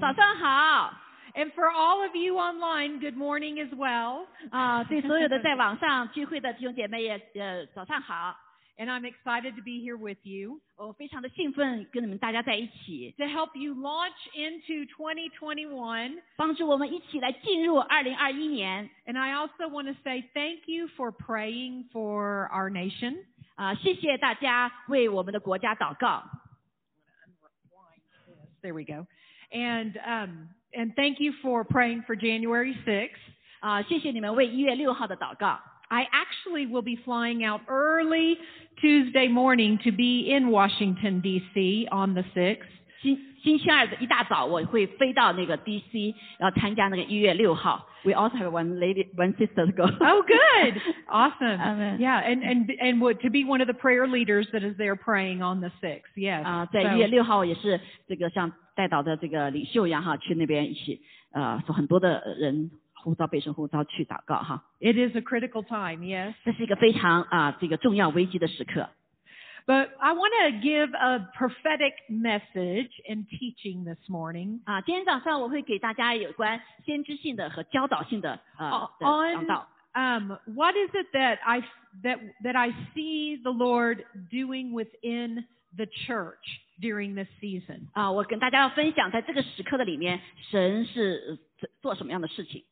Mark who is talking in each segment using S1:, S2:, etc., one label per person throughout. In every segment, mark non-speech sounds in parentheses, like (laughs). S1: 早上好。
S2: And for all of you online, good morning as well. Um,
S1: (laughs) 啊，对所有的在网上聚会的弟兄姐妹也呃早上好，
S2: And I'm excited to be here with you
S1: 我非常的兴奋跟你们大家在一起，
S2: to help you launch into 2021.
S1: 帮助我们一起来进入二零二一年。
S2: And I also want to say thank you for praying for our nation.
S1: 啊，谢谢大家为我们的国家祷告，
S2: There we go. And, um, and thank you for praying for January 6th.
S1: 啊，谢谢你们为一月六号的祷告。
S2: I actually will be flying out early Tuesday morning to be in Washington, D.C. on the 6th.
S1: 星星期二的一大早，我会飞到那个 DC，要参加那个一月六号。We 哦 also have one lady, one sister to go.
S2: Oh, good.
S1: (laughs)
S2: Awesome.
S1: Amen.
S2: Yeah, and, and, and would, to be one of the prayer leaders that is there praying on the 6th. Yes.
S1: 啊、在一月六号我也是这个像带导的这个领袖一样哈，去那边一起呃，说很多的人呼召被神呼召去祷告哈，
S2: It is a critical time, yes.
S1: 这是一个非常啊、这个重要危机的时刻。
S2: But I want to give a prophetic message and teaching this morning
S1: 啊，今天早上我会给大家有关先知性的和教导性的呃的
S2: On-
S1: 讲道。
S2: um, what is it that I that that I see the Lord doing within the church during this season?
S1: 啊，我跟大家要分享，在这个时刻的里面，神是呃做什么样的事情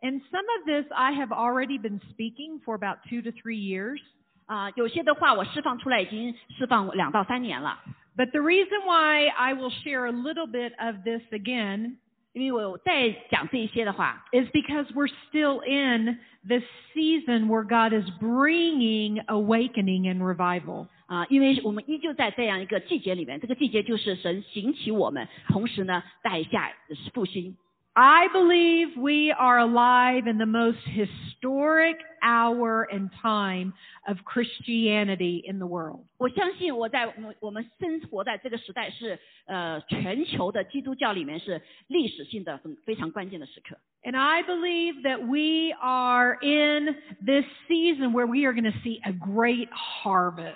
S2: And some of this I have already been speaking for about two to three years.
S1: 啊？有些的话我释放出来已经释放两到三年了，
S2: But the reason why I will share a little bit of this again
S1: 因为我再讲这一些的话，
S2: is because we're still in this season where God is bringing awakening and revival.
S1: 啊，因为我们依旧在这样一个季节里面，这个季节就是神行起我们，同时呢带下复兴。
S2: I believe we are alive in the most historic hour and time of Christianity in the world.
S1: 我相信我在我们我们生活在这个时代是呃全球的基督教里面是历史性的很非常关键的时刻
S2: And I believe that we are in this season where we are going to see a great harvest.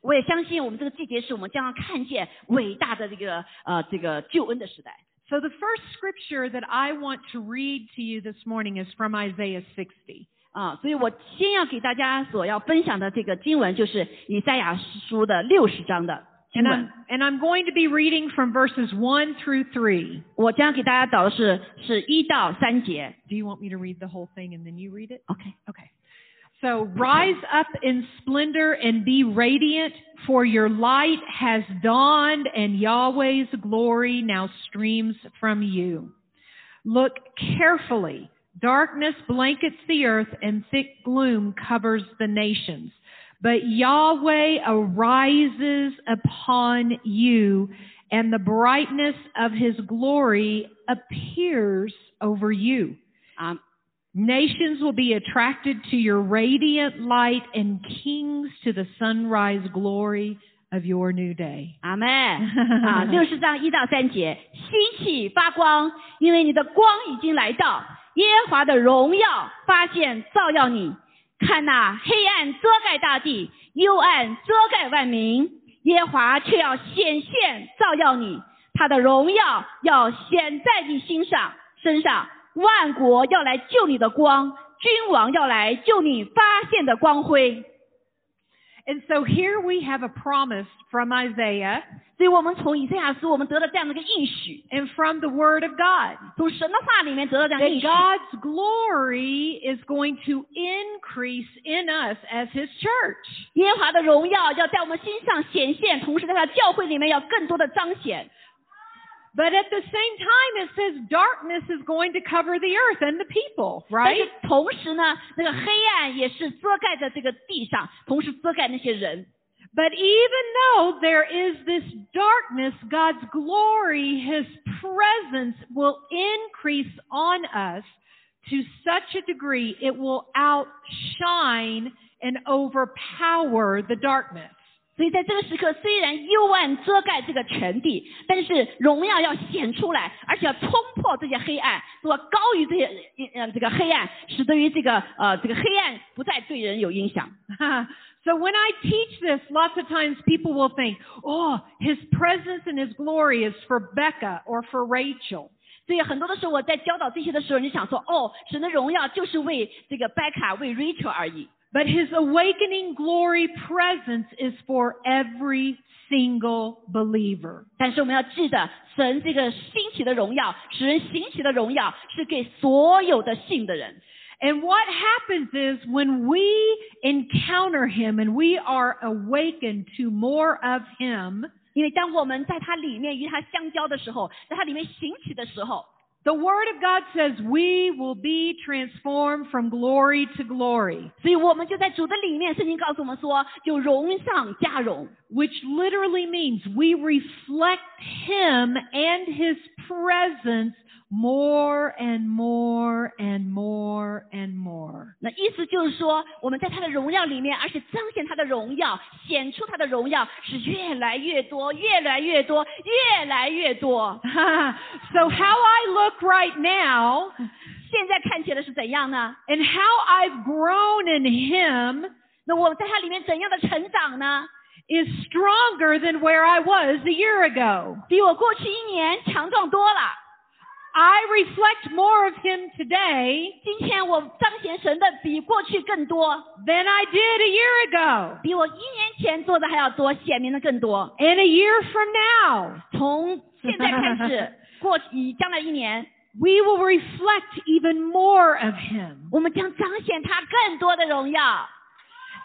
S1: 我也相信我们这个季节是我们将要看见伟大的这个呃这个救恩的时代
S2: So the first scripture that I want to read to you this morning is from Isaiah 60.
S1: 啊，所以我先要给大家所要分享的这个经文就是以赛亚书的六十章的经
S2: And
S1: 文
S2: I'm,。and I'm going to be reading from verses 1 through 3.
S1: 我将给大家导的是是一到三节
S2: Do you want me to read the whole thing and then you read it?
S1: ，OK。
S2: Okay. So rise up in splendor and be radiant, for your light has dawned, and Yahweh's glory now streams from you. Look carefully. Darkness blankets the earth, and thick gloom covers the nations. But Yahweh arises upon you, and the brightness of his glory appears over you.
S1: 啊，
S2: Nations will be attracted to your radiant light and kings to the sunrise glory of your new day.
S1: 阿妹啊，六十章一到三节，兴起发光，因为你的光已经来到，耶和华的荣耀发现照耀你。看呐、黑暗遮盖大地，幽暗遮盖万民，耶和华却要显现照耀你，他的荣耀要显在你心上身上，万国要来救你的光，君王要来救你发现的光辉。
S2: And so here we have a promise from Isaiah
S1: 所以我们从以赛亚书，我们得到这样的一个应许。
S2: and from the Word of God
S1: 从神的话里面得到这样的
S2: that
S1: 应许，
S2: God's glory is going to increase in us as His church.
S1: 耶和华的荣耀要在我们心上显现，同时在他的教会里面要更多的彰显。
S2: But at the same time, it says darkness is going to cover the earth and the people,
S1: 但
S2: right?
S1: 是同时呢，那个黑暗也是遮盖在这个地上，同时遮盖那些人。
S2: But even though there is this darkness, God's glory, His presence will increase on us to such a degree it will outshine and overpower the darkness. (laughs)
S1: 所以在这个时刻，虽然幽暗遮盖这个全地，但是荣耀要显出来，而且要冲破这些黑暗，是吧？高于这些呃这个黑暗，使得于这个呃这个黑暗不再对人有影响。
S2: so when I teach this, lots of times people will think, oh, His presence and His glory is for Becca or for Rachel.
S1: 对，很多的时候我在教导这些的时候，你想说，哦，神的荣耀就是为这个 Becca 为 Rachel 而已。
S2: But his awakening glory presence is for every single believer.
S1: 但是我们要记得，神这个兴起的荣耀，使人兴起的荣耀，是给所有的信的人。
S2: And what happens is when we encounter him and we are awakened to more of him,
S1: 因为当我们在它里面与它相交的时候，在它里面兴起的时候，
S2: the word of God says we will be transformed from glory to glory,
S1: 所以我们就在主的里面，圣经告诉我们说，就荣上加荣。
S2: which literally means we reflect him and his presence more and more and more and more. (laughs)
S1: 那意思就是说，我们在他的荣耀里面，而且彰显他的荣耀，显出他的荣耀，是越来越多，越来越多，越来越多。
S2: so how I look right now
S1: 现在看起来是怎样呢？
S2: and how I've grown in him
S1: 那我们在他里面怎样的成长呢？
S2: is stronger than where I was a year ago.
S1: 比我过去一年强壮多了。
S2: I reflect more of him today
S1: 今天我彰显神的比过去更多，
S2: than I did a year ago.
S1: 比我一年前做的还要多，显明的更多。
S2: And a year from now,
S1: 从现在开始，过以将来一年，
S2: we will reflect even more of him.
S1: 我们将彰显他更多的荣耀。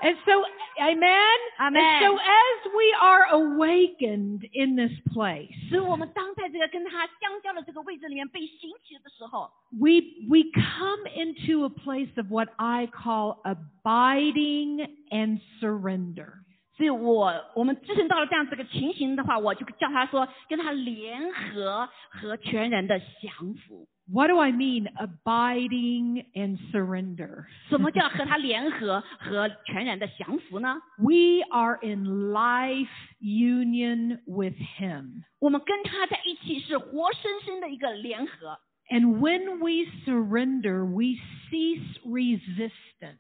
S2: And so, amen?
S1: Amen.
S2: And so as we are awakened in this place,
S1: 所以我们当在这个跟他相交的这个位置里面被兴起的时候，
S2: we, we come into a place of what I call abiding and surrender.
S1: 所以我我们自身到了这样子一个情形的话，我就叫他说跟他联合和全然的降服。
S2: What do I mean, abiding and surrender?
S1: 什么叫和他联合和全然的降服呢？
S2: (laughs) We are in life union with Him.
S1: 我们跟他在一起是活生生的一个联合。
S2: And when we surrender, we cease resistance.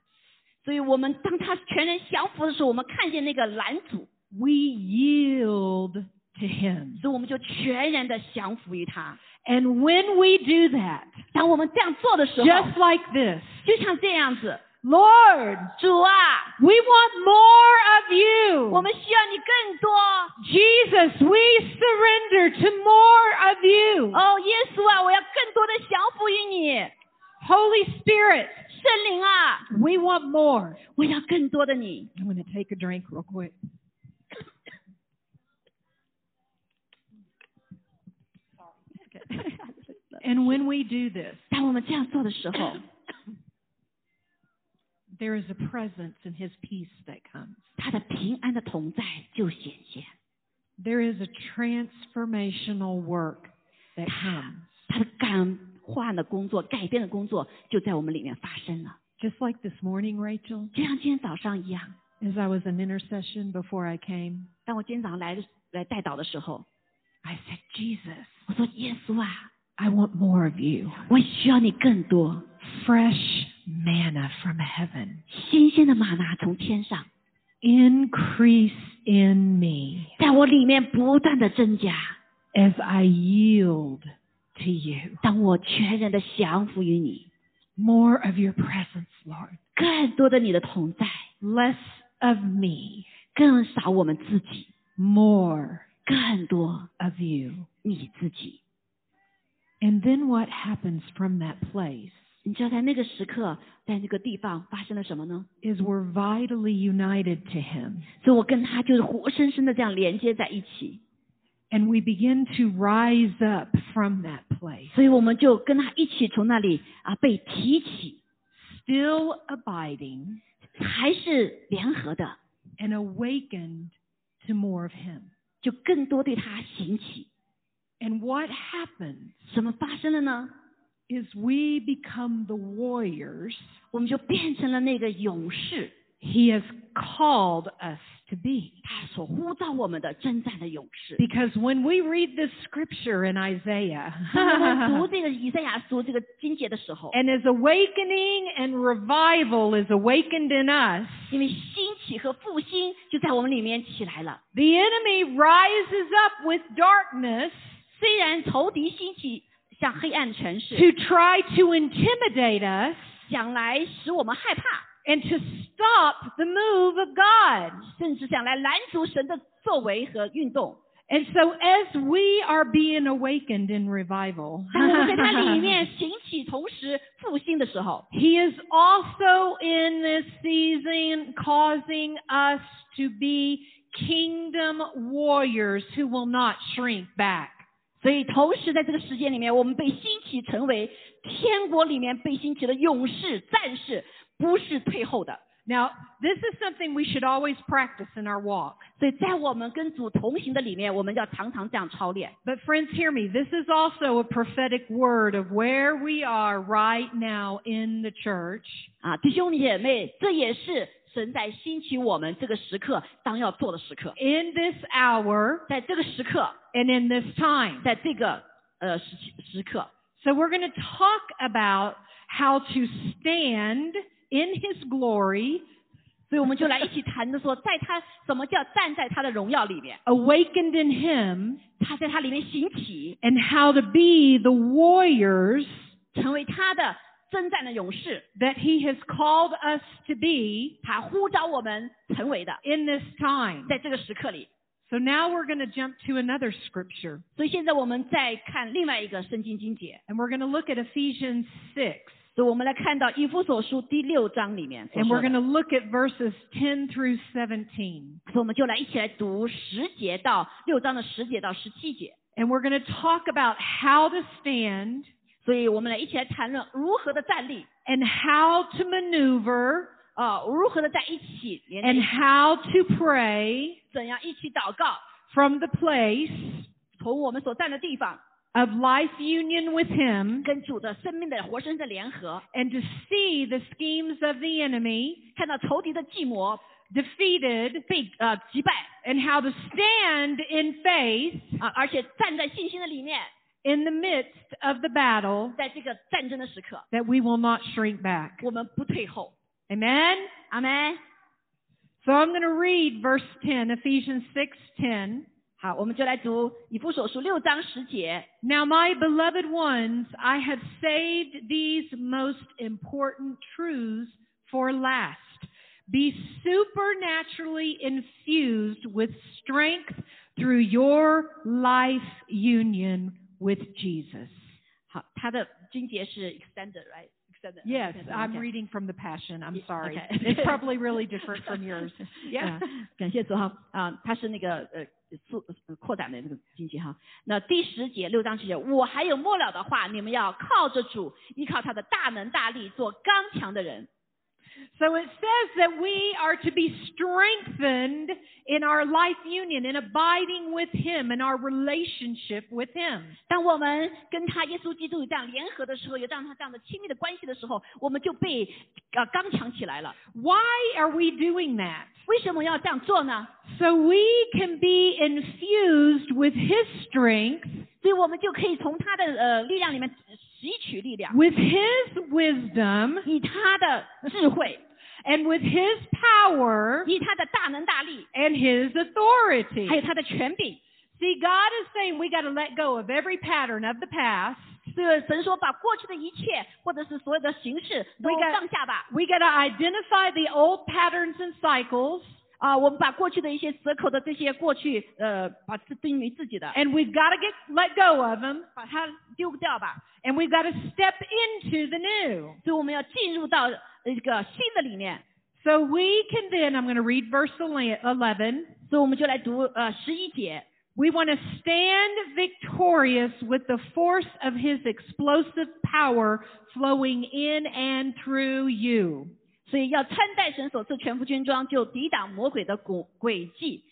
S1: 所以我们当他全然降服的时候，我们看见那个拦阻，
S2: We yield to Him.
S1: 所以我们就全然的降服于他。
S2: And when we do that,
S1: 当我们这样做的时候，
S2: just like this,
S1: 就像这样子，
S2: Lord,
S1: 主啊，
S2: we want more
S1: 我
S2: of you.
S1: 们需要你更多。
S2: Jesus, we surrender to more of you.
S1: 哦，耶稣啊，我要更多的降服于你，
S2: Holy Spirit,
S1: 圣灵啊，
S2: we want more.
S1: 我要更多的你。
S2: I'm going to take a drink real quick. and when we do this,
S1: 当我们这样做的时候，
S2: there is a presence in His peace that comes.
S1: 他的平安的同在就显现，
S2: There is a transformational work that comes,
S1: 他的感化的工作、改变的工作就在我们里面发生了，
S2: just like this morning, Rachel,
S1: 就像今天早上一样。
S2: as I was in intercession before I came.
S1: 当我今天早上来的来带导的时候，
S2: I said, Jesus,
S1: 我说：“耶稣啊，
S2: I want more of you.
S1: 我需要你更多，
S2: Fresh manna from heaven.
S1: 新鲜的玛拿从天上，
S2: Increase in me.
S1: 在我里面不断的增加。
S2: as I yield to you.
S1: 当我全然的降服于你，
S2: More of your presence, Lord.
S1: 更多的你的同在，
S2: Less of me,
S1: 更少我们自己，
S2: more
S1: 更多
S2: of you.
S1: 你自己。
S2: And then what happens from that place
S1: 你知道在那个时刻，在那个地方发生了什么呢？
S2: is we're vitally united to Him
S1: 所以我跟他就是活生生的这样连接在一起，
S2: and we begin to rise up from that place,
S1: 所以我们就跟他一起从那里啊被提起，
S2: still abiding
S1: 还是联合的，
S2: and awakened to more of Him.
S1: 就更多对他行起。
S2: And what happens
S1: 什么发生了呢？
S2: is we become the warriors
S1: 我们就变成了那个勇士，
S2: He has called us to be.
S1: 他所呼召我们的征战的勇士。
S2: Because when we read this scripture in Isaiah, (laughs)
S1: 当我们读这个以赛亚书这个经节的时候，
S2: and as awakening and revival is awakened in us,
S1: 因为兴起和复兴就在我们里面起来了。
S2: the enemy rises up with darkness
S1: 虽然仇敌兴起像黑暗的城市，
S2: to try to intimidate us
S1: 想来使我们害怕，
S2: and to stop the move of God.
S1: 甚至想来拦阻神的作为和运动。
S2: And so as we are being awakened in revival,
S1: 当我们在它里面行起，同时复兴的时候，
S2: He is also in this season causing us to be kingdom warriors who will not shrink back.
S1: 所以同时在这个时间里面，我们被兴起成为天国里面被兴起的勇士、战士，不是退后的。
S2: Now, this is something we should always practice in our walk.
S1: 所以在我们跟主同行的里面，我们要常常这样操练。
S2: But friends, hear me. This is also a prophetic word of where we are right now in the church.
S1: 啊，弟兄姐妹，这也是神在兴起我们这个时刻当要做的时刻，
S2: In this hour
S1: 在这个时刻，
S2: and in this time.
S1: 在这个呃时时刻，
S2: So we're going to talk about how to stand in his glory,
S1: 所以我们就来一起谈的说，在他什么叫站在他的荣耀里面，
S2: awakened in him,
S1: 他在他里面行起，
S2: and how to be the warriors
S1: 成为他的征战的勇士，
S2: that he has called us to be
S1: 他呼召我们成为的，
S2: in this time.
S1: 在这个时刻里。
S2: So now we're going to jump to another scripture.
S1: 所以现在我们再看另外一个圣经经节，
S2: And we're going to look at Ephesians 6.
S1: 所以我们来看到以弗所书第六章里面所
S2: And we're
S1: 说
S2: going
S1: 的，
S2: to look at verses 10 through 17.
S1: 所以我们就来一起来读十节到六章的十节到十七节。
S2: And we're going to talk about how to stand
S1: 所以我们来一起来谈论如何的站立
S2: and how to maneuver
S1: 啊、如何的在一起连在
S2: and
S1: 一起
S2: how to pray
S1: 怎样一起祷告，
S2: from the place
S1: 从我们所站的地方
S2: of life union with Him
S1: 跟主的生命的活生生的联合，
S2: and to see the schemes of the enemy
S1: 看到仇敌的计谋
S2: defeated
S1: 被呃击败
S2: and how to stand in faith
S1: 啊、而且站在信心的里面，
S2: in the midst of the battle
S1: 在这个战争的时刻，
S2: that we will not shrink back.
S1: 我们不退后。
S2: Amen.
S1: 阿门。
S2: So I'm going to read verse 10, Ephesians 6:10.
S1: 好，我们就来读以弗所书六章十节。
S2: Now, my beloved ones, I have saved these most important truths for last. Be supernaturally infused with strength through your life union with Jesus.
S1: 好，它的经节是啊 extended right extended。
S2: Yes,
S1: Okay,
S2: I'm
S1: okay.
S2: reading from the Passion. I'm
S1: Yeah,
S2: sorry.
S1: okay. (laughs)
S2: It's probably really different from yours.
S1: Yeah. 感谢主哈啊，它是那个呃速呃扩展的这个经济哈。那第十节六章十节，我还有末了的话，你们要靠着主，依靠他的大能大力，做刚强的人。
S2: So it says that we are to be strengthened in our life union, in abiding with Him, in our relationship with Him.
S1: 当我们跟他耶稣基督有这样联合的时候，有这样他这样的亲密的关系的时候，我们就被呃刚强起来了。
S2: Why are we doing that?
S1: 为什么要这样做呢？
S2: So we can be infused with His strength,
S1: 所以我们就可以从他的呃力量里面吸取力量，
S2: with His wisdom,
S1: 以他的智慧，
S2: and with His power
S1: 以他的大能大力，
S2: and His authority.
S1: 还有他的权柄。
S2: See, God is saying we got to let go of every pattern of the past.
S1: 对，神说把过去的一切或者是所有的形式都
S2: We got-
S1: 放下吧。
S2: We got to identify the old patterns and cycles.
S1: 啊，我们把过去的一些折扣的这些过去，呃，把自定为自己的，
S2: and we've got to get let go of them
S1: 把它丢掉吧。
S2: and we've got to step into the new
S1: 所以我们要进入到呃这个新的里面。
S2: so we can then i'm going to read verse 11
S1: 所以我们就来读呃十一节，
S2: we want to stand victorious with the force of his explosive power flowing in and through you
S1: 所以要穿戴神所赐全副军装，就抵挡魔鬼的诡诡计，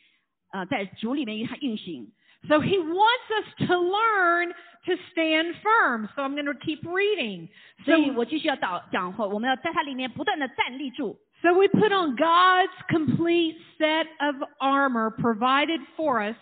S1: 啊，在主里面与他运行。
S2: so he wants us to learn to stand firm so i'm going to keep reading
S1: 所
S2: so,
S1: 以我继续要导讲后，我们要在它里面不断的站立住，
S2: so we put on god's complete set of armor provided for us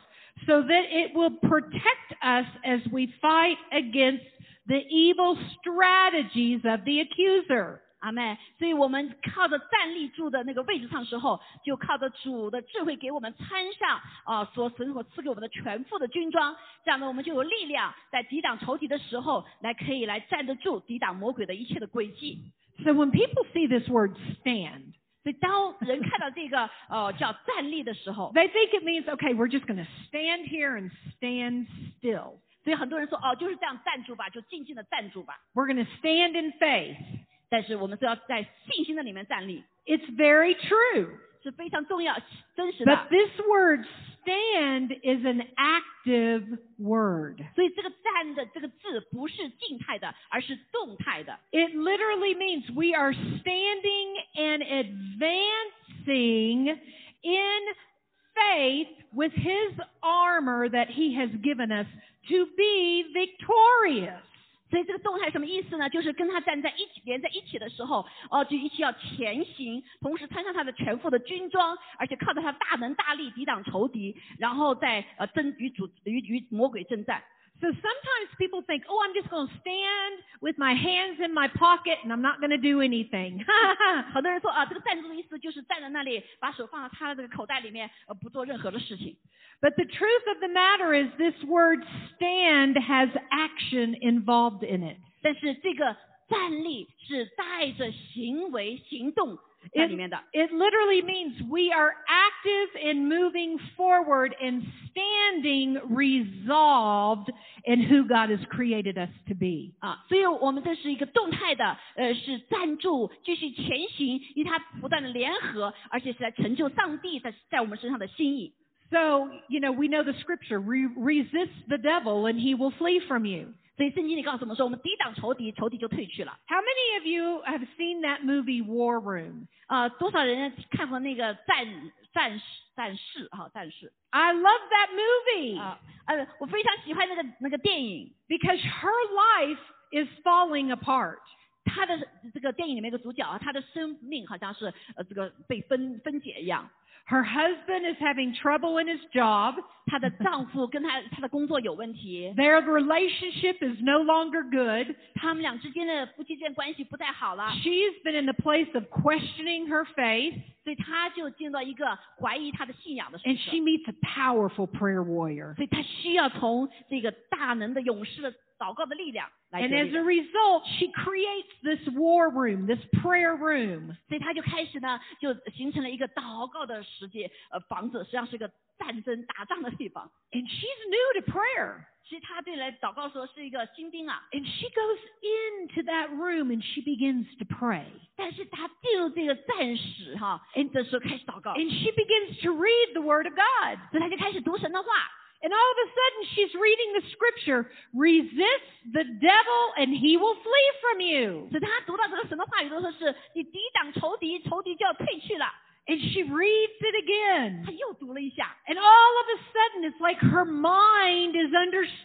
S2: so that it will protect us as we fight against the evil strategies of the accuser.
S1: 阿妹，所以我们靠着站立住的那个位置上时候，就靠着主的智慧给我们穿上啊、所神所赐给我们的全副的军装，这样呢，我们就有力量在抵挡仇敌的时候，来可以来站得住，抵挡魔鬼的一切的诡计。
S2: So when people see this word stand,
S1: 所以当人看到这个呃叫站立的时候，
S2: they think it means, okay, we're just going to stand here and stand still.
S1: 所以很多人说哦就是这样站住吧，就静静的站住吧。
S2: We're going to stand in faith.
S1: 但是我们都要在信心的里面站立，
S2: It's very true.
S1: 是非常重要、真实
S2: But
S1: 的。
S2: this word stand is an active word.
S1: 所以这个“站”的这个字不是静态的，而是动态的。
S2: It literally means we are standing and advancing in faith with his armor that he has given us to be victorious.
S1: 所以这个动态什么意思呢？就是跟他站在一起、连在一起的时候，哦、就一起要前行，同时穿上他的全副的军装，而且靠着他大能大力抵挡仇敌，然后再呃争与主与与魔鬼征战。 (laughs)
S2: So sometimes people think, oh, I'm just going to stand with my hands in my pocket and I'm not going to do anything. (laughs)
S1: 很多人说啊，这个站住的意思就是站在那里，把手放到他的这个口袋里面，呃，不做任何的事情。
S2: but the truth of the matter is this word stand has action involved in it.
S1: 但是这个站立是带着行为行动在里面
S2: It,
S1: 的，
S2: it literally means we are active in moving forward and standing resolved in who God has created us to be.
S1: 啊，所以我们这是一个动态的，呃，是站住，继续前行，与他不断的联合，而且是来成就上帝在在我们身上的心意。
S2: So, you know, we know the scripture re- resist the devil and he will flee from you.
S1: 所以圣经里告诉我们说，我们抵挡仇敌，仇敌就退去了。
S2: How many of you have seen that movie War Room?
S1: 啊，多少人看过那个战战士战士啊战士
S2: I love that movie
S1: 啊？呃，我非常喜欢那个那个电影，
S2: because her life is falling apart.
S1: 他的这个电影里面一个主角啊，他的生命好像是呃这个被分分解一样。
S2: Her husband is having trouble in his job.
S1: 她的丈夫跟她她的工作有问题，
S2: Their relationship is no longer good.
S1: 他们俩之间的夫妻间关系不太好了，
S2: She's been in the place of questioning her faith,
S1: 所以她就进入到一个怀疑她的信仰的时
S2: and
S1: 刻
S2: she。meets a powerful prayer warrior.
S1: 所以她需要从这个大能的勇士的祷告的力量来
S2: And
S1: 得
S2: as
S1: 力
S2: a result, she creates this war room, this prayer room.
S1: 所以她就开始呢，就形成了一个祷告的世界，呃，房子实际上是一个战争打仗的地方。 (laughs)
S2: And she's new to prayer.
S1: 其实她对来祷告的时候是一个新兵啊，
S2: And she goes into that room and she begins to pray.
S1: 但是她进入这个战士哈，哎，这时候开始祷告，
S2: And she begins to read the Word of God.
S1: 所以她就开始读神的话。
S2: And all of a sudden, she's reading the scripture resist the devil and he will flee from you.
S1: 所以他读到这个神的话语的时候是，你抵挡仇敌，仇敌就要退去了。
S2: And she reads it again.
S1: 他又读了一下，
S2: And all of a sudden, it's like her mind is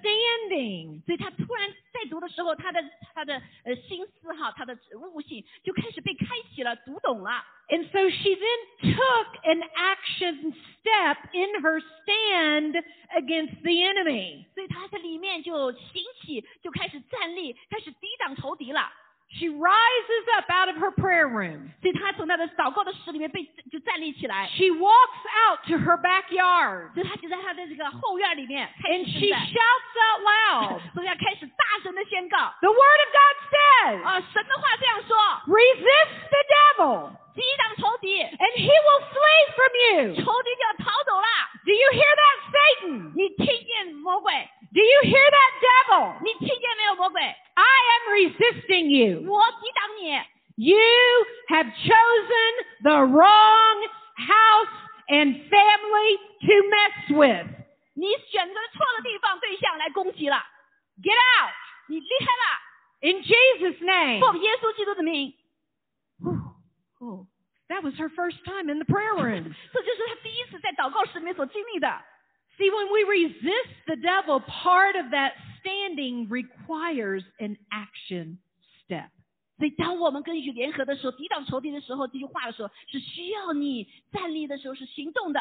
S2: understanding.
S1: 所以他突然在读的时候，他的他的呃心思哈，他的悟性就开始被开启了，读懂了。
S2: And so she then took an action step in her stand against the enemy.
S1: 所以他在里面就兴起，就开始站立，开始抵挡仇敌了。
S2: She rises up out of her prayer room.
S1: 所以他从他的祷告的室里面被就站立起来，
S2: She walks out to her backyard
S1: 所以他就在他的这个后院里面开
S2: and
S1: 始
S2: she
S1: 征战
S2: shouts out loud
S1: 所以要开始大声的宣告
S2: The Word of God
S1: 啊，神的话这样说：
S2: says, resist the devil
S1: 抵挡仇敌，哎
S2: and he will flee from
S1: 仇敌
S2: you.
S1: 就要逃走了。
S2: Do you hear that, Satan?
S1: 你听见魔鬼？
S2: Do you hear that, devil?
S1: 你听见没有，魔鬼？
S2: I am resisting you.
S1: 我抵挡你，
S2: You have chosen the wrong house and family to mess with.
S1: 你选择错的地方对象来攻击了，
S2: Get out
S1: 你离开
S2: in Jesus' name.
S1: 了，奉耶稣基督的名。
S2: Oh, that was her first time in the prayer room.
S1: 这就是他第一次在祷告室里面所经历的。
S2: See, when we resist the devil, part of that standing requires an action step.
S1: 所以，当我们跟与联合的时候，抵挡仇敌的时候，这句话的时候，是需要你站立的时候是行动的。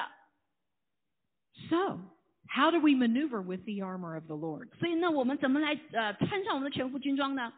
S2: So, how do we maneuver with the armor of the Lord?
S1: 所以呢，我们怎么来呃穿上我们的全副军装呢？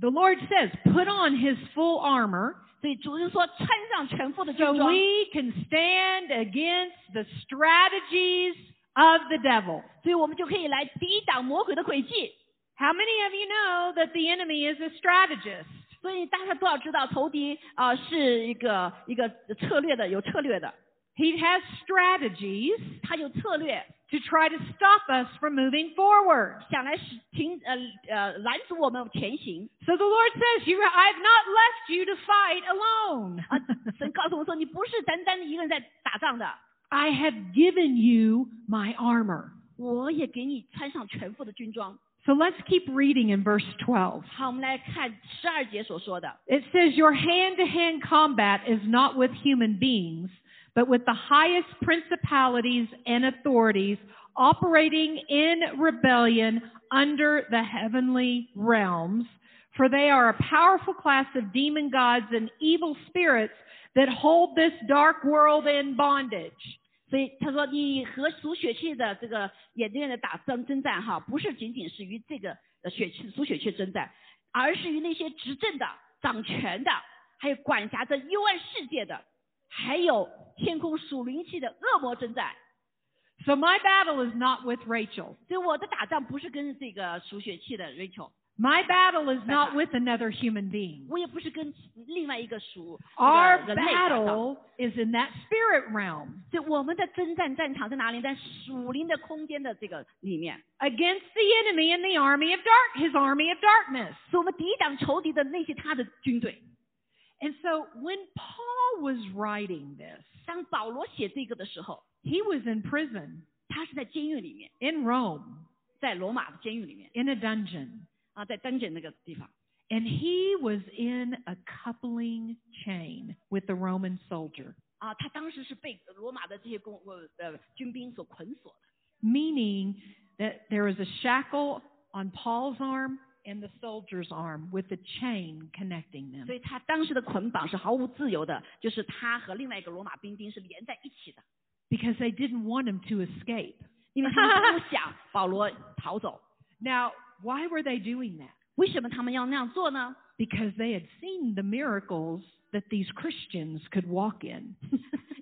S2: The Lord says, put on his full armor
S1: 所以主就说穿上全副的军
S2: so
S1: 装，
S2: we can stand against the strategies of the devil.
S1: 所以我们就可以来抵挡魔鬼的诡计。
S2: How many of you know that the enemy is a strategist?
S1: 所以大家都要知道，仇敌啊、呃是一个一个策略的，有策略的，
S2: He has strategies
S1: 他有策略
S2: to try to stop us from moving forward.
S1: 想来使停呃呃拦阻我们前行
S2: So the Lord says, you, I've not left you to fight alone.
S1: 啊。神告诉我说，你不是单单的一个人在打仗的，
S2: (laughs) I have given you my armor.
S1: 我也给你穿上全副的军装。
S2: So let's keep reading in verse 12.
S1: 好，我们来看十二节所说的，
S2: It says, Your hand to hand combat is not with human beings, but with the highest principalities and authorities operating in rebellion under the heavenly realms. For they are a powerful class of demon gods and evil spirits that hold this dark world in bondage.
S1: 所以他说你和属血气的这个眼睛的打争征战哈，不是仅仅是与这个呃血气属血气的征战，而是与那些执政的、掌权的，还有管辖着幽暗世界的，还有天空属灵气的恶魔征战。
S2: So my battle is not with Rachel.
S1: 所以我的打仗不是跟这个属血气的 Rachel，
S2: My battle is not with another human being.
S1: 我也不是跟另外一个属呃那
S2: Our
S1: 个人类打仗
S2: battle is in that spirit realm.
S1: 所以我们的征战战场在哪里？在属灵的空间的这个里面，
S2: against the enemy and the army of dark, his army of darkness.
S1: 所以我们抵挡仇敌的那些他的军队。
S2: And so when Paul was writing this,
S1: 当保罗写这个的时候，
S2: he was in prison
S1: 他是在监狱里面，
S2: in Rome
S1: 在罗马的监狱里面
S2: in a dungeon,
S1: 啊，在 dungeon 那个地方，
S2: and he was in a coupling chain with the Roman soldier,
S1: 啊，他当时是被罗马的这些公呃呃军兵所捆锁的，
S2: meaning that there was a shackle on Paul's arm and the soldier's arm with a chain connecting them.
S1: 所以他当时的捆绑是毫无自由的，就是他和另外一个罗马兵丁是连在一起的，
S2: Because they didn't want him to escape.
S1: 因为他们不想保罗逃走。
S2: Now, why were they doing that?
S1: 为什么他们要那样做呢？
S2: because they had seen the miracles that these Christians could walk in.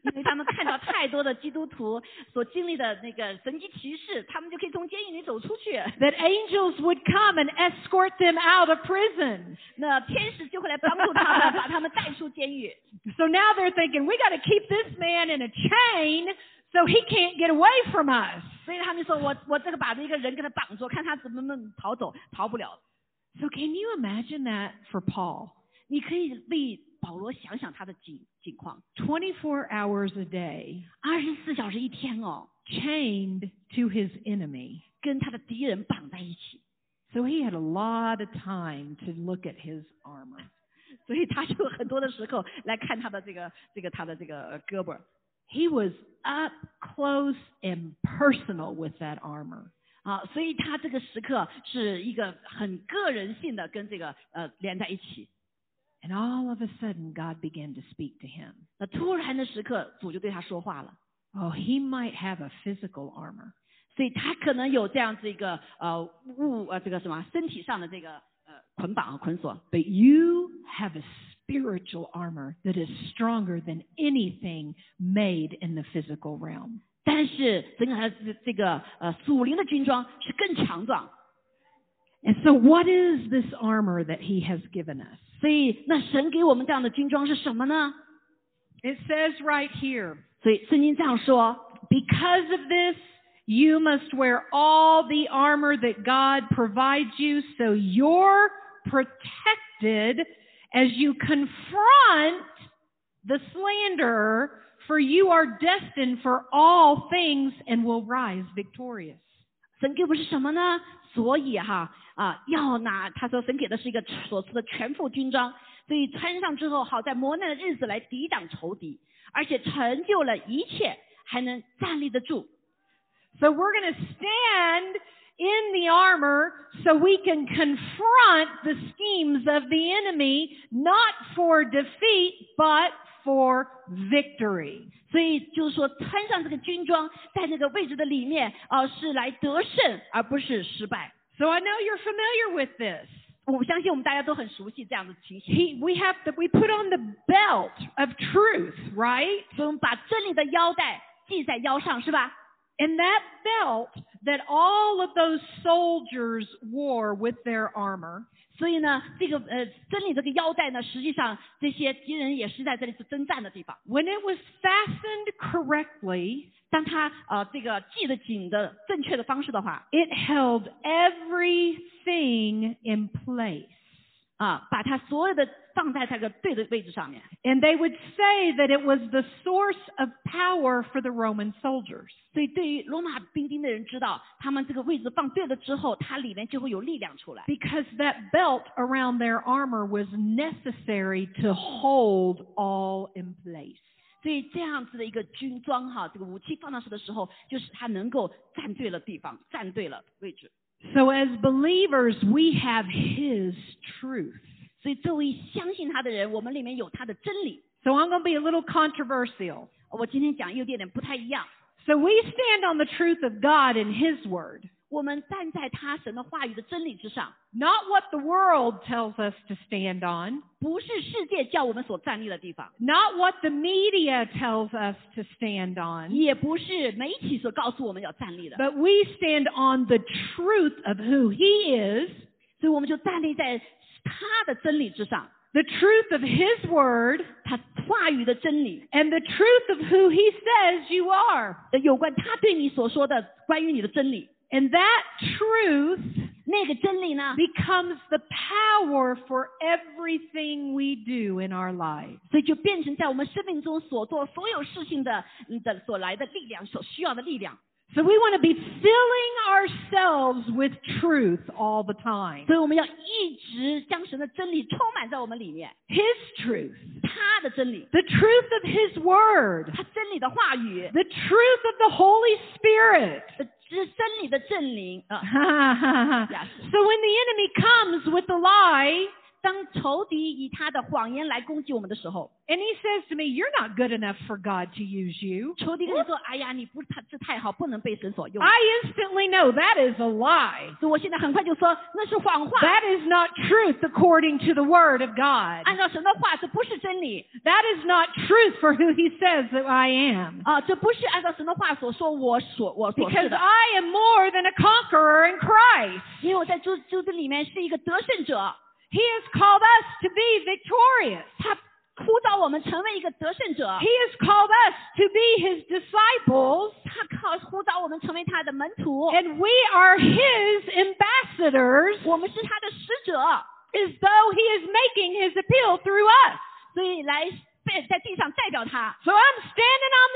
S1: 因为他们看到太多的基督徒所经历的那个神迹奇事，他们就可以从监狱里走出去，
S2: that angels would come and escort them out of prison.
S1: 那天使就会来帮助他们，把他们带出监狱。
S2: So now they're thinking, we got to keep this man in a chain so he can't get away from us.
S1: 所以他们说我我这个把这个人给他绑住，看他怎么能逃走，逃不了。
S2: So can you imagine that for Paul?
S1: 你可以为保罗想想他的境境况，
S2: 24 hours a day,
S1: 二十四小时一天哦，
S2: chained to his enemy.
S1: 跟他的敌人绑在一起，
S2: So he had a lot of time to look at his armor.
S1: 所以他就很多的时候来看他的这个这个他的这个胳膊
S2: He was up close and personal with that armor.
S1: 啊，所以他这个时刻是一个很个人性的跟这个呃连在一起。
S2: And all of a sudden, God began to speak to him.
S1: 那突然的时刻，主就对他说话了，
S2: Oh, he might have a physical armor,
S1: 所以他可能有这样子一个呃物呃这个什么身体上的这个呃捆绑捆锁。
S2: but you have a spiritual armor that is stronger than anything made in the physical realm.
S1: 但是整个他这这个呃属灵的军装是更强壮，
S2: And so, what is this armor that he has given us?
S1: 所以那神给我们这样的军装是什么呢？
S2: It says right here
S1: 所以圣经这样说，
S2: because of this, you must wear all the armor that God provides you so you're protected as you confront the slanderer, for you are destined for all things and will rise victorious.
S1: 神给我们是什么呢？所以哈啊、要拿他说神给的是一个所赐的全副军装，所以穿上之后，好在磨难的日子来抵挡仇敌，而且成就了一切，还能站立得住。
S2: So we're going to stand in the armor so we can confront the schemes of the enemy, not for defeat, but for victory.
S1: 所以就是说，穿上这个军装，在那个位置的里面，啊，是来得胜，而不是失败。
S2: So I know you're familiar with this.
S1: 我我相信我们大家都很熟悉这样的情形。
S2: He, we have the, we put on the belt of truth, right?
S1: 所以我们把真理的腰带系在腰上，是吧？
S2: And that belt that all of those soldiers wore with their armor
S1: 所以呢，这个呃真理这个腰带呢，实际上这些敌人也是在这里是征战的地方。
S2: when it was fastened correctly,
S1: 当他呃这个系得紧的正确的方式的话，
S2: it held everything in place.
S1: 啊，把它所有的放在这个对的位置上面。
S2: And they would say that it was the source of power for the Roman soldiers.
S1: 所以对于罗马兵丁的人知道，他们这个位置放对了之后，它里面就会有力量出来。
S2: Because that belt around their armor was necessary to hold all in place.
S1: 所以这样子的一个军装哈，这个武器放上去的时候，就是它能够站对了地方，站对了位置。
S2: So as believers, we have His truth.
S1: 所以作为相信他的人，我们里面有他的真理。
S2: So I'm going to be a little controversial.
S1: 我今天讲有点点不太一样。
S2: So we stand on the truth of God and His Word,
S1: 我们站在他神的话语的真理之上，
S2: not what the world tells us to stand on,
S1: 不是世界叫我们所站立的地方，
S2: not what the media tells us to stand on,
S1: 也不是媒体所告诉我们要站立的。
S2: but we stand on the truth of who He is,
S1: 所以我们就站立在他的真理之上，
S2: the truth of His Word,
S1: 他话语的真理，
S2: and the truth of who He says you are.
S1: 呃有关他对你所说的关于你的真理。
S2: And that truth
S1: 那个真理呢，
S2: becomes the power for everything we do in our lives.
S1: 所以就变成在我们生命中所做所有事情的嗯的所来的力量，所需要的力量。
S2: So we want to be filling ourselves with truth all the time.
S1: 所以我们要一直将神的真理充满在我们里面，
S2: His truth,
S1: 他的真理，
S2: the truth of His Word,
S1: 他真理的话语，
S2: the truth of the Holy Spirit. (laughs)
S1: 呃知真理的证灵啊、
S2: so when
S1: Yes.
S2: the enemy comes with a lie
S1: 当仇敌以他的谎言来攻击我们的时候，
S2: and he says to me, You're not good enough for God to use you,
S1: 仇敌跟你说：“哎呀，你不太这太好，不能被神所用。
S2: I instantly know that is a lie. ”
S1: 所以我现在很快就说那是谎话，
S2: That is not truth according to the Word of God.
S1: 按照神的话，这不是真理
S2: That is not truth for who He says that I am.
S1: 啊、这不是按照神的话所说我所我所是
S2: Because
S1: 的，
S2: I am more than a conqueror in Christ.
S1: 因为我在主主子里面是一个得胜者，
S2: He has called us to be victorious.
S1: 他呼召我们成为一个得胜者
S2: He，has called us to be His disciples,
S1: 他靠呼召我们成为他的门徒，
S2: and we are His ambassadors
S1: 我们是他的使者，
S2: as though He is making His appeal through us.
S1: 所以来在在地上代表他，
S2: So I'm standing on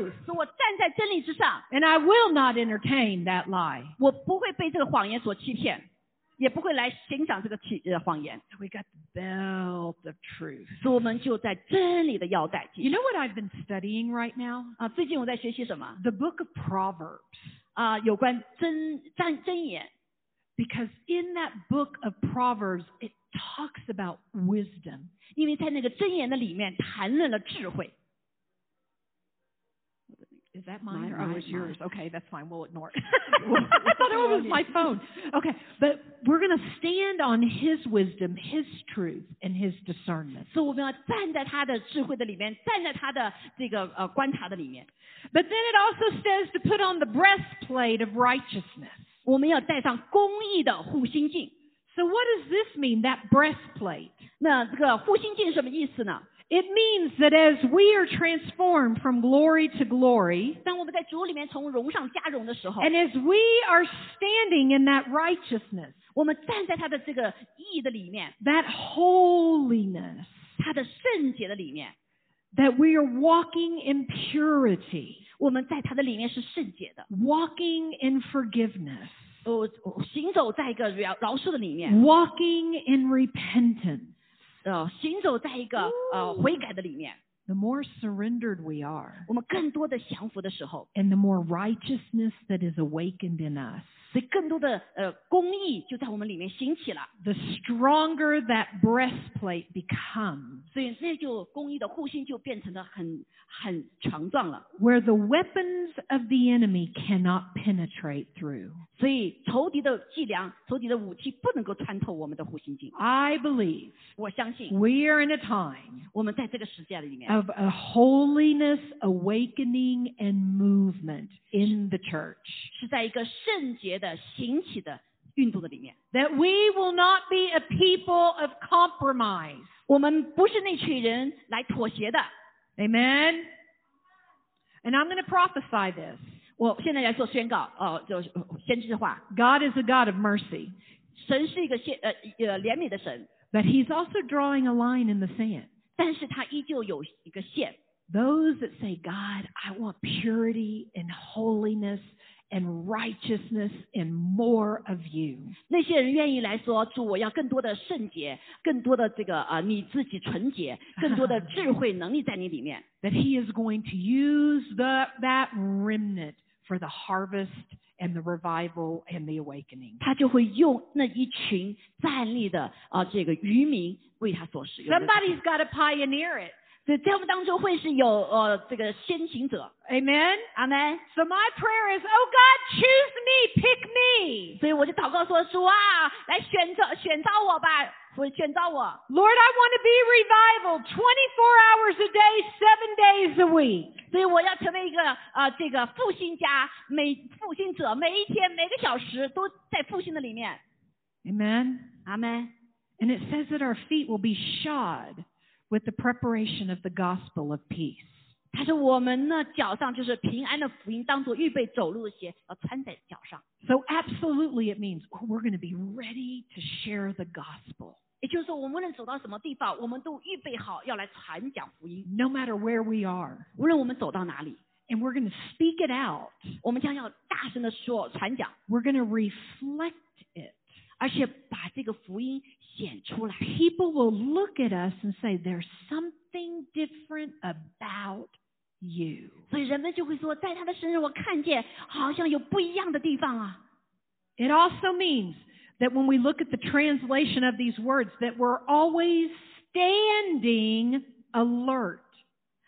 S2: the truth,
S1: 所以我站在真理之上。
S2: and I will not entertain that lie.
S1: 我不会被这个谎言所欺骗，也不会来欣赏这个欺呃谎言。
S2: So we got the belt of truth.
S1: 所以我们就在真理的腰带系
S2: You know what I've been studying right now?
S1: 啊，最近我在学习什么
S2: The book of Proverbs.
S1: 啊？有关真真真言，
S2: Because in that book of Proverbs, it talks about wisdom. (laughs)
S1: 因为在那个真言的里面谈论了智慧。
S2: Is that mine,
S1: Mine,
S2: or
S1: mine,
S2: oh, it's
S1: mine.
S2: yours? Okay, that's fine. We'll ignore
S1: (laughs)
S2: it. (laughs) I thought it was my phone. Okay, but we're going to stand on His wisdom, His truth, and His discernment.
S1: 所以我们要站在他的智慧的里面，站在他的这个呃观察的里面，
S2: But then it also says to put on the breastplate of righteousness.
S1: 我们要带上公义的护心镜。
S2: So what does this mean? That breastplate.
S1: 那这个护心镜什么意思呢？
S2: It means that as we are transformed from glory to glory,
S1: 当我们在主里面从荣上加荣的时候，
S2: and as we are standing in that righteousness,
S1: 我们站在他的这个义的里面，
S2: that holiness,
S1: 他的圣洁的里面，
S2: that we are walking in purity,
S1: 我们在他的里面是圣洁的，
S2: walking in forgiveness,
S1: 我我行走在一个饶饶恕的里面，
S2: walking in repentance.
S1: 呃，行走在一个呃
S2: 哦
S1: 悔改的里面，
S2: the more surrendered we are
S1: 我们更多的降服的时候，
S2: and the more righteousness that is awakened in us,
S1: 所以更多的呃公义就在我们里面兴起了。
S2: the stronger that breastplate becomes,
S1: 所以这就公益的护心就变成了很很强壮了，
S2: where the weapons of the enemy cannot penetrate through.
S1: 所以仇敌的伎俩、仇敌的武器不能够穿透我们的护心镜。
S2: I believe
S1: 我相信
S2: we are in a time
S1: 我们在这个时代里面，
S2: of a holiness awakening and movement in the church.
S1: 是在一个圣洁的行起的运动的里面。
S2: That we will not be a people of compromise.
S1: 我们不是那群人来妥协的。
S2: Amen. And I'm going to prophesy this.
S1: 我现在来做宣告，哦、就是呃先知化。
S2: God is a God of mercy,
S1: 神是一个先呃呃怜悯的神，
S2: but He's also drawing a line in the sand.
S1: 但是他依旧有一个线。
S2: Those that say, God, I want purity and holiness and righteousness and more of you.
S1: 那些人愿意来说，主，我要更多的圣洁，更多的这个啊、呃你自己纯洁，更多的智慧能力在你里面。
S2: that he is going to use the, that remnant for the harvest and the revival and the awakening.
S1: 他就会用那一群站立的啊、呃这个渔民为他所使用的。
S2: Somebody's got to pioneer it.
S1: 所以在我们当中会是有呃这个先行者，
S2: Amen.
S1: 阿门。
S2: So my prayer is, oh God, choose me, pick me.
S1: 所以我就祷告说：“主啊，来选择选召我吧，我选召我，
S2: Lord, I want to be revival 24 hours a day, 7 days a week.
S1: 所以我要成为一个呃这个复兴家，每复兴者，每一天每个小时都在复兴的里面。
S2: Amen. ”
S1: 阿门。
S2: And it says that our feet will be shod with the preparation of the gospel of peace.
S1: 他说我们呢脚上就是平安的福音，当做预备走路的鞋，要穿在脚上。
S2: So absolutely it means oh, we're going to be ready to share the gospel.
S1: 也就是说，我们无论走到什么地方，我们都预备好要来传讲福音。
S2: no matter where we are.
S1: 无论我们走到哪里，
S2: And we're going to speak it out.
S1: 我们将要大声的说传讲，
S2: We're going to reflect it.
S1: 而且把这个福音显出来。
S2: People will look at us and say, there's something different about you.
S1: 所以人们就会说，在他的身上我看见好像有不一样的地方啊。
S2: It also means that when we look at the translation of these words, that we're always standing alert.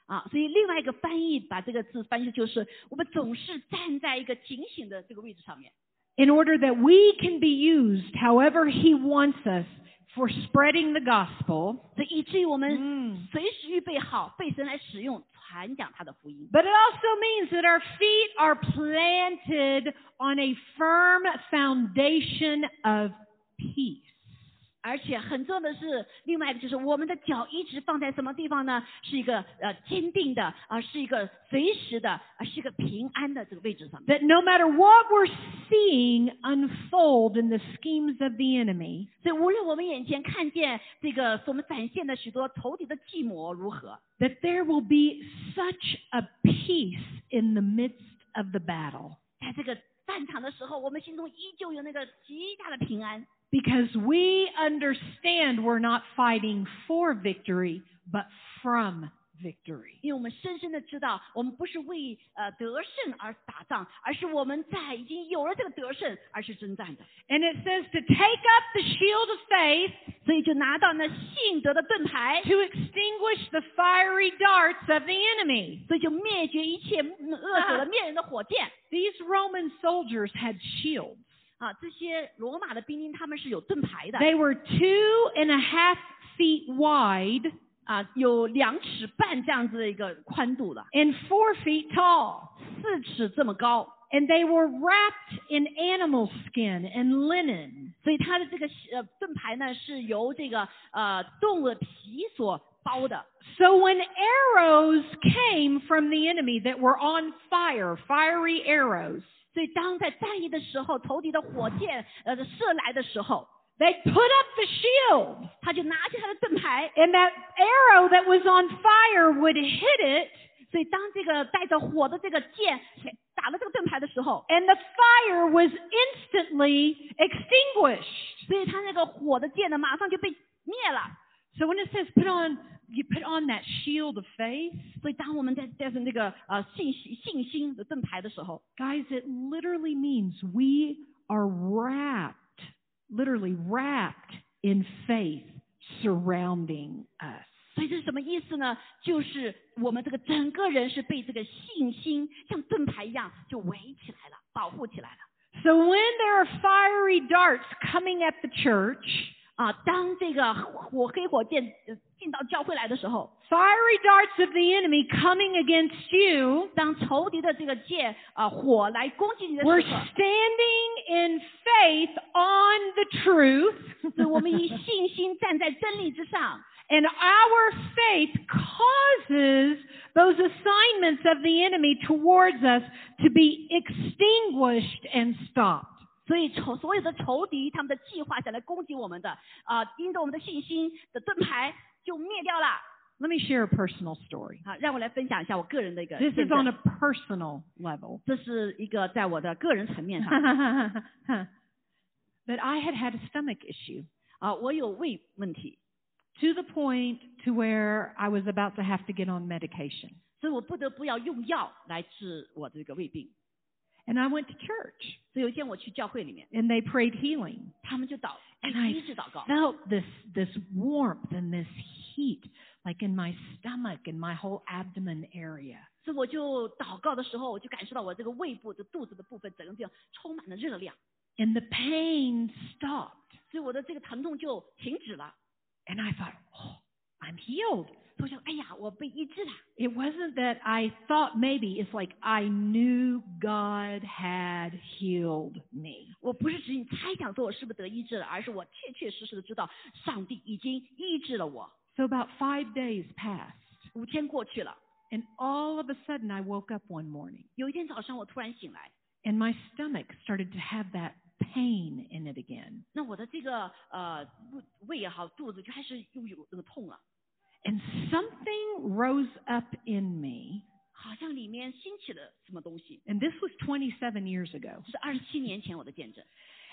S1: 啊，所以另外一个翻译把这个字翻译就是，我们总是站在一个警醒的这个位置上面，
S2: In order that we can be used however He wants us for spreading the gospel.
S1: 所以以至于我们
S2: Mm.
S1: 随时预备好被神来使用，传讲他的福音。
S2: But it also means that our feet are planted on a firm foundation of peace.
S1: 而且很重要的是，另外一个就是我们的脚一直放在什么地方呢？是一个呃坚定的，啊、是一个随时的，啊、是一个平安的这个位置上面。
S2: That no matter what we're seeing unfold in the schemes of the enemy,
S1: 所以无论我们眼前看见这个我们展现的许多仇敌的计谋如何，
S2: that there will be such a peace in the midst of the battle
S1: 在这个战场的时候，我们心中依旧有那个极大的平安，
S2: because we understand we're not fighting for victory, but from victory.
S1: 因为我们深深的知道，我们不是为呃得胜而打仗，而是我们在已经有了这个得胜而是征战的。
S2: And it says to take up the shield of faith
S1: 所以就拿到那信德的盾牌，
S2: to extinguish the fiery darts of the enemy.
S1: 所以就灭绝一切嗯恶者的灭人的火箭
S2: These Roman soldiers had shields.
S1: 啊！这些罗马的兵丁他们是有盾牌的
S2: They were two and a half feet wide uh,
S1: 啊，有两尺半这样子的一个宽度的，
S2: and four feet tall.
S1: 四尺这么高。
S2: And they were wrapped in animal skin and linen.
S1: 所以它的这个呃盾牌呢是由这个呃动物的皮所包的，
S2: So when arrows came from the enemy that were on fire, fiery arrows,
S1: 所以当在战役的时候，仇敌的火箭呃射来的时候，
S2: they put up the shield.
S1: 他就拿起他的盾牌，
S2: And that arrow that was on fire would hit it
S1: 所以当这个带着火的这个箭打了这个盾牌的时候，
S2: and the fire was instantly extinguished.
S1: 所以他那个火的箭呢马上就被灭了。
S2: So when it says put on you put on that shield of faith,
S1: 所以当我们在带着那个呃信心信心的盾牌的时候，
S2: guys, it literally means we are wrapped, literally wrapped in faith surrounding us.
S1: 所以这是什么意思呢？就是我们这个整个人是被这个信心像盾牌一样就围起来了，保护起来了。
S2: So when there are fiery darts coming at the church,
S1: 啊，当这个火黑火箭呃进到教会来的时候，
S2: fiery darts of the enemy coming against you,
S1: 当仇敌的这个箭啊、火来攻击你的
S2: we're
S1: 时候，
S2: standing in faith on the
S1: (laughs)
S2: truth.
S1: 所以我们以信心站在真理之上，
S2: And our faith causes those assignments of the enemy towards us to be extinguished and stopped.
S1: 所以仇所有的仇敌他们的计划想来攻击我们的啊、因着我们的信心的盾牌就灭掉了。
S2: Let me share a personal story.
S1: 啊，让我来分享一下我个人的一个
S2: This
S1: 见
S2: is on
S1: 证，
S2: a personal level.
S1: 这是一个在我的个人层
S2: (laughs)
S1: 面上
S2: but I had had a stomach issue
S1: 啊，我有胃问题，
S2: to the point to where I was about to have to get on medication.
S1: 所以我不得不要用药来治我的这个胃病。
S2: And I went to church
S1: 所以有一天我去教会里面，
S2: and they prayed healing.
S1: 他们就祷
S2: And I
S1: 一直祷告
S2: I。felt this this warmth and this heat like in my stomach and my whole abdomen area.
S1: 所以我就祷告的时候，我就感受到我这个胃部、这肚子的部分，整个地方充满了热量，
S2: And the pain stopped.
S1: 所以我的这个疼痛就停止了。
S2: And I thought, "Oh, I'm healed."
S1: 所以我想，哎呀，我被医治了。
S2: It wasn't that I thought maybe it's like I knew God had healed me.
S1: 我不是指你猜想说我是不是得医治了，而是我确确实实的知道上帝已经医治了我。
S2: So about 5 days passed.
S1: 五天过去了，
S2: And all of a sudden I woke up one morning
S1: 有一天早上我突然醒来，
S2: and my stomach started to have that pain in it again.
S1: 那我的这个呃胃胃也好，肚子就开始又有那个痛了，
S2: And something rose up in me
S1: 好像里面兴起了什么东西。
S2: and this was 27 years ago,
S1: 这是二十七年前我的见证，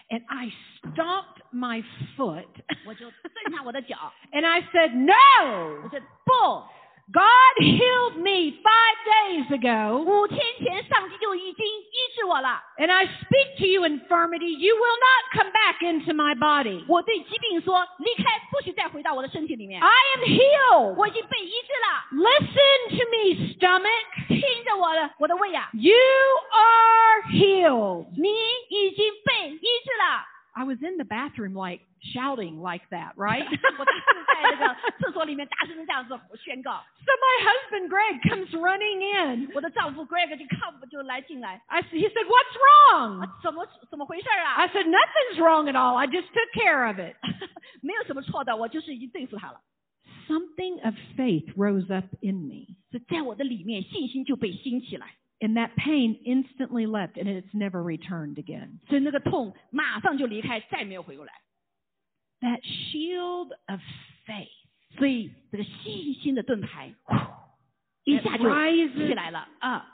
S2: and I stomped my foot (laughs)
S1: 我就蹬下我的脚，
S2: and I said,
S1: 我
S2: No!
S1: 说不，
S2: God healed me five days ago,
S1: 五天前上帝就已经医治我了。
S2: and I speak to you, infirmity, you will not come back into my body.
S1: 我对疾病说离开，不许再回到我的身体里面。
S2: I am healed!
S1: 我已经被医治了，
S2: Listen to me, stomach.
S1: (laughs) 听着我的我的胃呀、
S2: You are healed.
S1: 你已经被医治了。
S2: I was in the bathroom, like shouting like that,
S1: (laughs)
S2: right?
S1: 我当时在那个厕所里面大声的这样子宣告，
S2: (laughs) So my husband Greg comes running in.
S1: 我的丈夫 Greg 就看不就来进来，
S2: I, s- he said, "What's
S1: 啊
S2: wrong?"
S1: 怎么怎么回事儿啊
S2: I？said, "Nothing's wrong at all. I just took care of it." (laughs)
S1: 没有什么错的，我就是已经对付他了。
S2: Something of faith rose up in me,
S1: 所以在我的里面，信心就被兴起来，
S2: and that pain instantly left, and it's never returned again.
S1: 所以那个痛马上就离开，再没有回过来。
S2: That shield of faith
S1: 所以这个信心的盾牌一
S2: it
S1: 下就起
S2: rises
S1: 来了，啊
S2: up.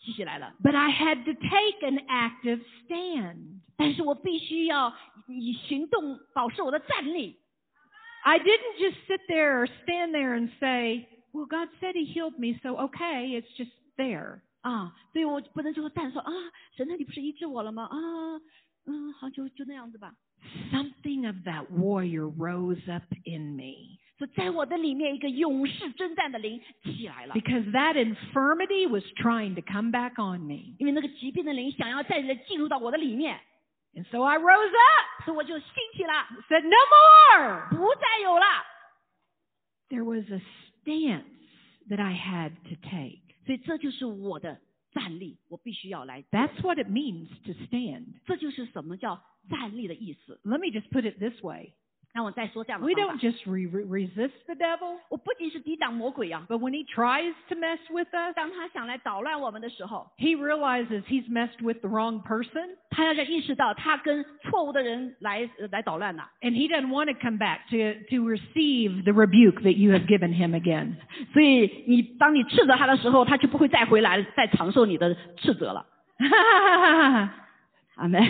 S1: 起起来了。
S2: But I had to take an active stand.
S1: 但是我必须要以行动保持我的战力。
S2: I didn't just sit there or stand there and say, "Well, God said He healed me, so okay, it's just there."
S1: 啊，所以我不能就站说啊，神那你不是医治我了吗？啊，嗯，好，就就那样子吧。
S2: Something of that warrior rose up in me.
S1: 所以在我的里面，一个勇士征战的灵起来了，
S2: because that infirmity was trying to come back on me.
S1: 因为那个疾病的灵想要再来进入到我的里面，
S2: And so I rose up,
S1: 所以我就兴起了，
S2: said, No more!
S1: 不再有了。
S2: There was a stance that I had to take.
S1: 所以这就是我的战力，我必须要来。
S2: That's what it means to stand.
S1: 这就是什么叫战力的意思。
S2: Let me just put it this way
S1: 让我再说这样的
S2: we
S1: 方
S2: don't
S1: 法。
S2: just re- re- resist the devil,
S1: 我不仅是抵挡魔鬼啊，
S2: but when he tries to mess with us,
S1: 当他想来捣乱我们的时候，
S2: he realizes he's messed with the wrong person.
S1: 他要意识到他跟错误的人来呃来捣乱了、
S2: And he doesn't want to come back to, to receive the rebuke that you have given him again. (laughs)
S1: 所以你当你斥责他的时候，他就不会再回来再承受你的斥责了。
S2: so
S1: 阿门。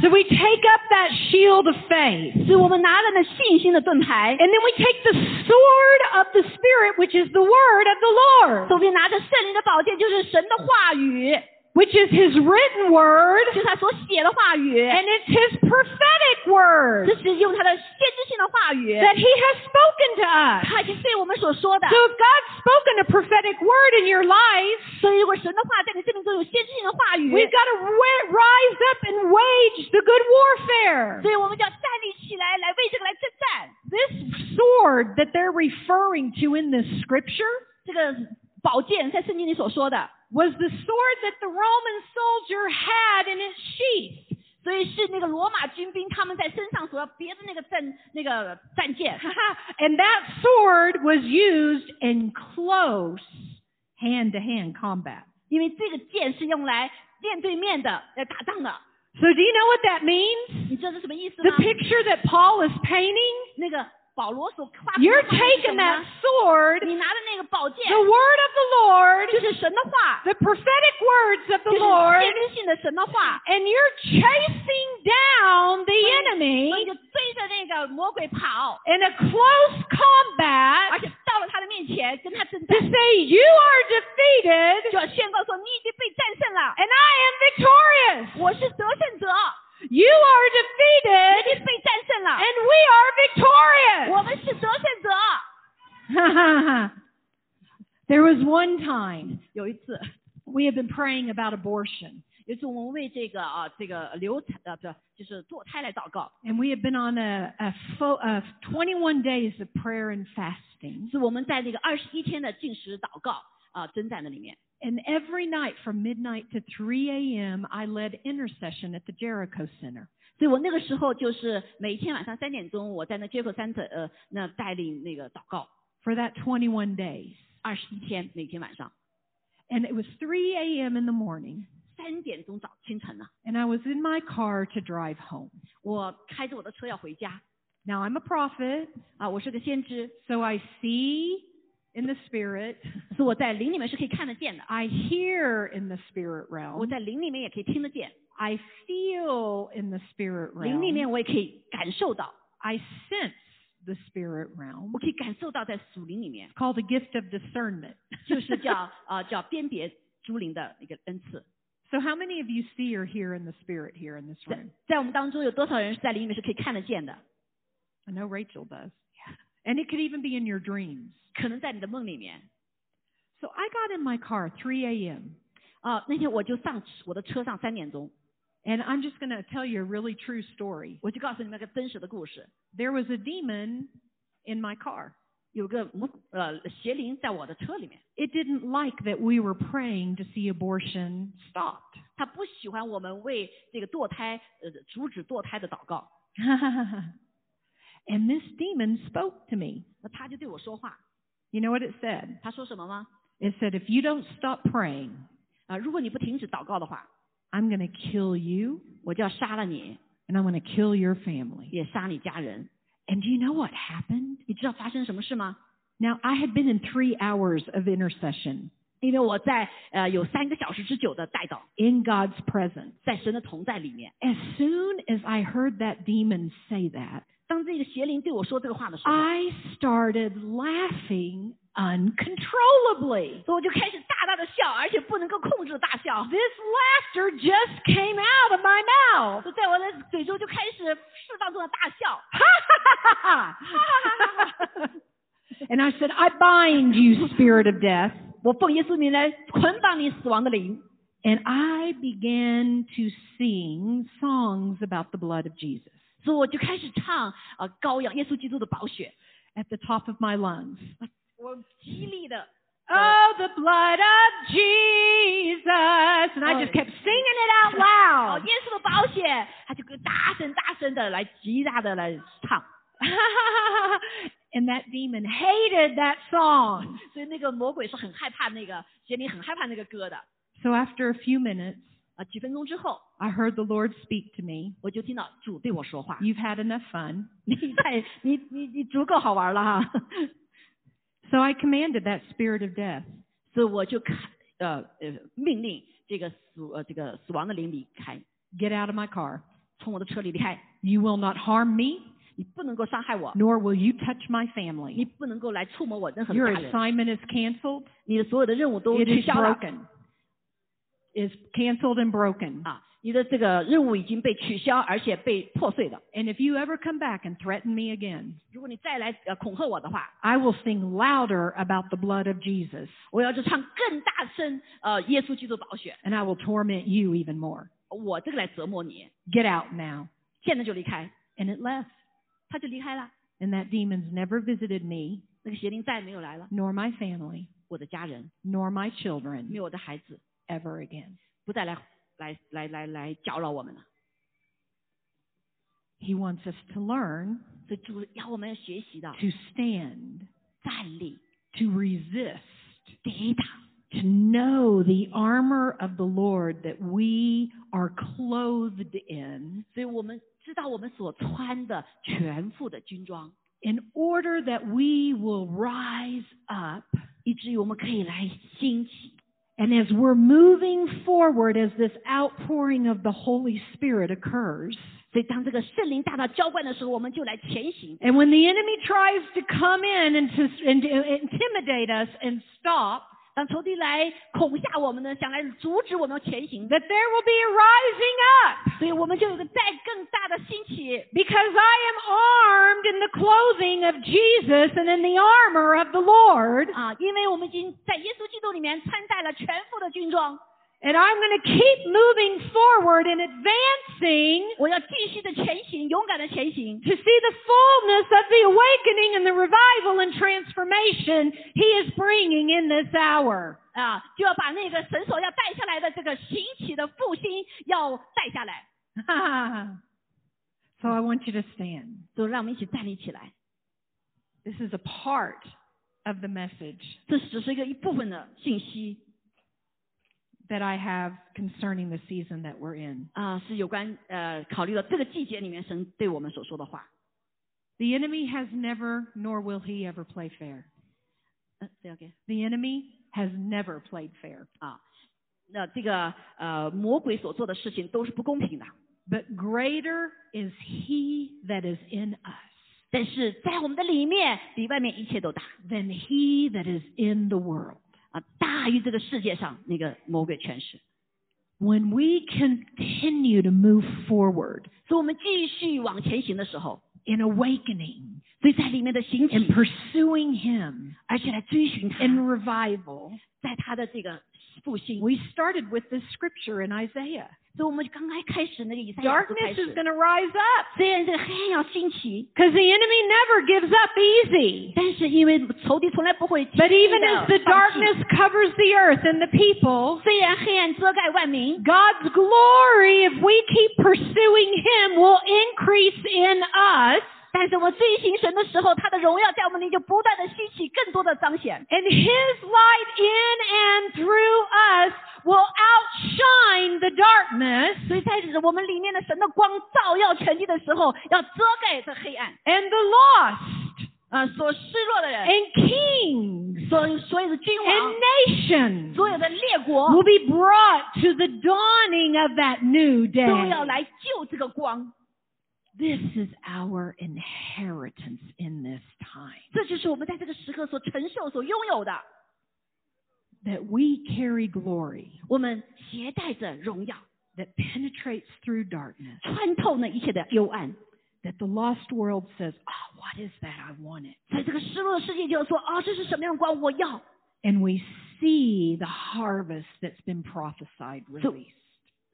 S2: So we take up that shield of faith.
S1: 使我们拿了那信心的盾牌
S2: And，then we take the sword of the Spirit, which is the word of the Lord,
S1: 手边拿着圣灵的宝剑，就是神的话语，
S2: which is His written word,
S1: 就是他所写的话语，
S2: and it's His prophetic word
S1: 这是用他的先知性的话语，
S2: that He has spoken to us.
S1: 他对我们所说的
S2: So。if God's spoken a prophetic word in your life,
S1: 所以，如果神的话在你生命中有先知性的话语，
S2: we've got to wa- rise up and wage the good warfare.
S1: 所以我们就要站立起来，来为这个来征战。
S2: This sword that they're referring to in this scripture
S1: 这个宝剑在圣经里所说的，
S2: was the sword that the Roman soldier had in its sheath. (laughs)
S1: 所以是那个罗马军兵他们在身上所要别的那个战那个战舰，
S2: and that sword was used in close hand to hand combat.
S1: 因为这个剑是用来面对面的来打仗的。
S2: So, do you know what that means?
S1: 你知道这是什么意思
S2: The
S1: 吗？
S2: picture that Paul is painting?
S1: 那个保罗所画的
S2: You're
S1: 那个画是什
S2: taking
S1: 么
S2: that
S1: 呢
S2: sword,
S1: 你拿的那个宝剑
S2: the word of the Lord,
S1: 就是神的话，
S2: the prophetic words of
S1: 就
S2: the
S1: 是
S2: Lord,
S1: 先知性的神的话，
S2: and you're chasing down the enemy
S1: 所以就追着那个魔鬼跑，
S2: in a close
S1: 而
S2: combat
S1: 且到了他的面前跟他征
S2: to
S1: 战，
S2: say, You are defeated
S1: 就要宣告说你已经被战胜了，
S2: and I am victorious.
S1: 我是得胜者，
S2: You are defeated
S1: 你已经被战胜了，
S2: and we are victorious. (laughs)
S1: 我们是得胜者。
S2: there was one time
S1: 有一次，
S2: we had been praying about abortion,
S1: 有一次我们为这个啊这个流产啊不是就是堕胎来祷告，
S2: and we had been on a, a, fo- a 21 days of prayer and fasting.
S1: 是我们在那个二十一天的禁食祷告啊征战的里面。
S2: And every night from midnight to 3 a.m., I led intercession at the Jericho Center.
S1: 所以我那个时候就是每天晚上三点钟，我在那 Jacob Center 呃那带领那个祷告
S2: for that 21 days.
S1: 二十一天，每天晚上
S2: And it was 3 a.m. in the morning,
S1: 三点钟早清晨呢、
S2: and I was in my car to drive home.
S1: 我开着我的车要回家
S2: Now, I'm a prophet,
S1: 啊，我是个先知，
S2: so I see in the spirit,
S1: 是我在灵里面是可以看得见的，
S2: I hear in the spirit
S1: 我
S2: realm,
S1: 在灵里面也可以听得见，
S2: I feel in the spirit
S1: 灵里
S2: realm,
S1: 面我也可以感受到，
S2: I sense the spirit realm.
S1: 我可以感受到在属灵里面
S2: It's，called the gift of discernment.
S1: 就是叫 (laughs) 呃叫辨别诸灵的一个恩赐。
S2: (laughs) so, how many of you see or hear in the spirit here in this
S1: 在
S2: room?
S1: 在我们当中有多少人是在灵里面是可以看得见的？
S2: I know Rachel does. And it could even be in your dreams.
S1: 可能在你的梦里面
S2: So, I got in my car 3 a.m.
S1: 啊、那天我就上我的车上三点钟。
S2: And I'm just going to tell you a really true story.
S1: 我就告诉你们一个真实的故事，
S2: There was a demon in my car.
S1: 有个魔呃邪灵在我的车里面，
S2: It didn't like that we were praying to see abortion stopped. (laughs)
S1: 他不喜欢我们为这个堕胎呃阻止堕胎的祷告，
S2: and this demon spoke to me.
S1: 那他就对我说话，
S2: You know what it said?
S1: 他说什么吗？
S2: It said, if you don't stop praying,
S1: 啊、如果你不停止祷告的话，
S2: I'm going to kill you
S1: 我就要杀了你，
S2: and I'm going to kill your family.
S1: 也杀你家人。
S2: And do you know what happened?
S1: 你知道发生什么事吗？
S2: Now, I had been in three hours of intercession
S1: 因为我在呃有三个小时之久的带祷，
S2: in God's presence.
S1: 在神的同在里面。
S2: As soon as I heard that demon say that,
S1: 当这个邪灵对我说这个话的时候，
S2: I started laughing uncontrollably.
S1: 所以我就开始大大的笑，而且不能够控制的大
S2: (laughs)
S1: 笑
S2: This，laughter just came out of my mouth. (laughs)
S1: 就在我的嘴中就开始释放出了大笑。
S2: and I said, I bind you, spirit of death.
S1: 我奉耶稣名来捆绑你死亡的灵。
S2: And I began to sing songs about the blood of Jesus
S1: 所以我就开始唱呃羔羊耶稣基督的宝血，
S2: at the top of my lungs.
S1: 我激励的
S2: Oh, the blood of Jesus. And I just kept singing it out
S1: 哦
S2: loud.
S1: 耶稣的宝血，他就大声大声的来极大的来唱，
S2: (laughs) and that demon hated that song.
S1: 所以那个魔鬼是很害怕那个邪灵很害怕那个歌的
S2: So after a few minutes,
S1: 啊。几分钟之后，
S2: I heard the Lord speak to me.
S1: 我就听到主对我说话，
S2: You've had enough fun.
S1: 你太你你你足够好玩了哈，
S2: So I commanded that spirit of death,
S1: 所以我就看呃呃命令这个死呃这个死亡的灵离开，
S2: get out of my car.
S1: 从我的车里离开，
S2: You will not harm me,
S1: 你不能够伤害我，
S2: nor will you touch my
S1: 你
S2: family.
S1: 不能够来触摸我任何的
S2: Your
S1: 家人，
S2: assignment is canceled.
S1: 你的所有的任务都
S2: It
S1: 取
S2: is
S1: 消了
S2: broken. Is canceled and broken.
S1: 啊，你的这个任务已经被取消，而且被破碎了。
S2: And if you ever come back and threaten me again,
S1: 如果你再来呃恐吓我的话，
S2: I will sing louder about the blood of Jesus
S1: 我要是唱更大声，呃，耶稣基督宝血，
S2: and I will torment you even more.
S1: 我这个来折磨你，
S2: Get out now.
S1: 现在就离开，
S2: And it left.
S1: 他就离开了。
S2: And that demon's never visited me,
S1: 那个邪灵再也没有来了，
S2: nor my family,
S1: 我的家人，
S2: nor my
S1: 没
S2: children
S1: 有我的孩子，
S2: ever again.
S1: 不再来来来来来搅扰我们了。
S2: He wants us to learn
S1: 所以主要我们学习的
S2: to stand,
S1: 站立、
S2: to resist,
S1: 抵挡，
S2: to know the armor of the Lord that we are clothed in
S1: 所以我们知道我们所穿的全副的军装，
S2: in order that we will rise up.
S1: 以至于我们可以来兴起。
S2: And as we're moving forward, as this outpouring of the Holy Spirit occurs,
S1: 所以当这个圣灵大大浇灌的时候，我们就来前行。
S2: and when the enemy tries to come in and to and, to intimidate us and stop,
S1: 当仇敌来恐吓我们呢，想来阻止我们前行，
S2: that there will be a rising up
S1: 所以我们就有个再更大的兴起。
S2: because I am armed in the clothing of Jesus and in the armor of the Lord,
S1: 啊，因为我们已经在耶稣基督里面穿戴了全副的军装，
S2: and I'm going to keep moving forward and advancing
S1: 我要继续的前行，勇敢的前行
S2: to，see the fullness of the awakening and the revival and transformation he is bringing in this hour. (laughs)
S1: 啊，就要把那个神所要带下来的这个兴起的复兴要带下来。
S2: so I want you to stand.
S1: 就让我们一起站立起来，
S2: This is a part of the message
S1: 这只是一个一部分的信息
S2: that I have concerning the season that we're in.
S1: 啊，是有关呃考虑到这个季节里面神对我们所说的话。
S2: The enemy has never, nor will he ever play fair.
S1: 嗯，这样给
S2: The enemy has never played fair.
S1: 啊，那这个呃魔鬼所做的事情都是不公平的，
S2: But greater is he that is in us
S1: 但是在我们的里面比外面一切都大
S2: than he that is in the world.
S1: 啊，大于这个世界上那个魔鬼权势。
S2: When we continue to move forward
S1: 所以我们继续往前行的时候，
S2: in awakening
S1: 所以在里面的行起
S2: and，pursuing him
S1: 而且来追寻他，
S2: in revival,
S1: 在他的这个复兴。
S2: We started with this scripture in Isaiah.
S1: 所以我们刚刚开始那个以赛亚书开
S2: Darkness is
S1: 始，
S2: going to rise up
S1: 虽然这个黑暗要兴起，
S2: because the enemy never gives up easy.
S1: 但是因为仇敌从来不会轻易
S2: But even
S1: 地
S2: as the
S1: 放弃
S2: darkness covers the earth and the people,
S1: 虽然黑暗遮盖万民，
S2: God's glory, if we keep pursuing Him, will increase in us
S1: 但是我们追行神的时候，他的荣耀在我们里就不断的兴起，更多的彰显。
S2: and His light in and through us will outshine the darkness
S1: 所以在我们里面的神的光照耀全地的时候，要遮盖这黑暗，
S2: and the lost
S1: 啊、所失落的人，
S2: and kings
S1: 所所有的君王
S2: and，nations.
S1: 所有的列国
S2: will be brought to the dawning of that new
S1: 都
S2: day.
S1: 要来救这个光。
S2: This is our inheritance in this time
S1: 这就是我们在这个时刻所承受、所拥有的。
S2: that we carry glory
S1: 我们携带着荣耀，
S2: that penetrates through darkness,
S1: 穿透那一切的幽暗。
S2: that the lost world says, Oh, what is that? I want it.
S1: 所以这个失落的世界就说：“啊、这是什么样的光？我要。”
S2: And we see the harvest that's been prophesied released.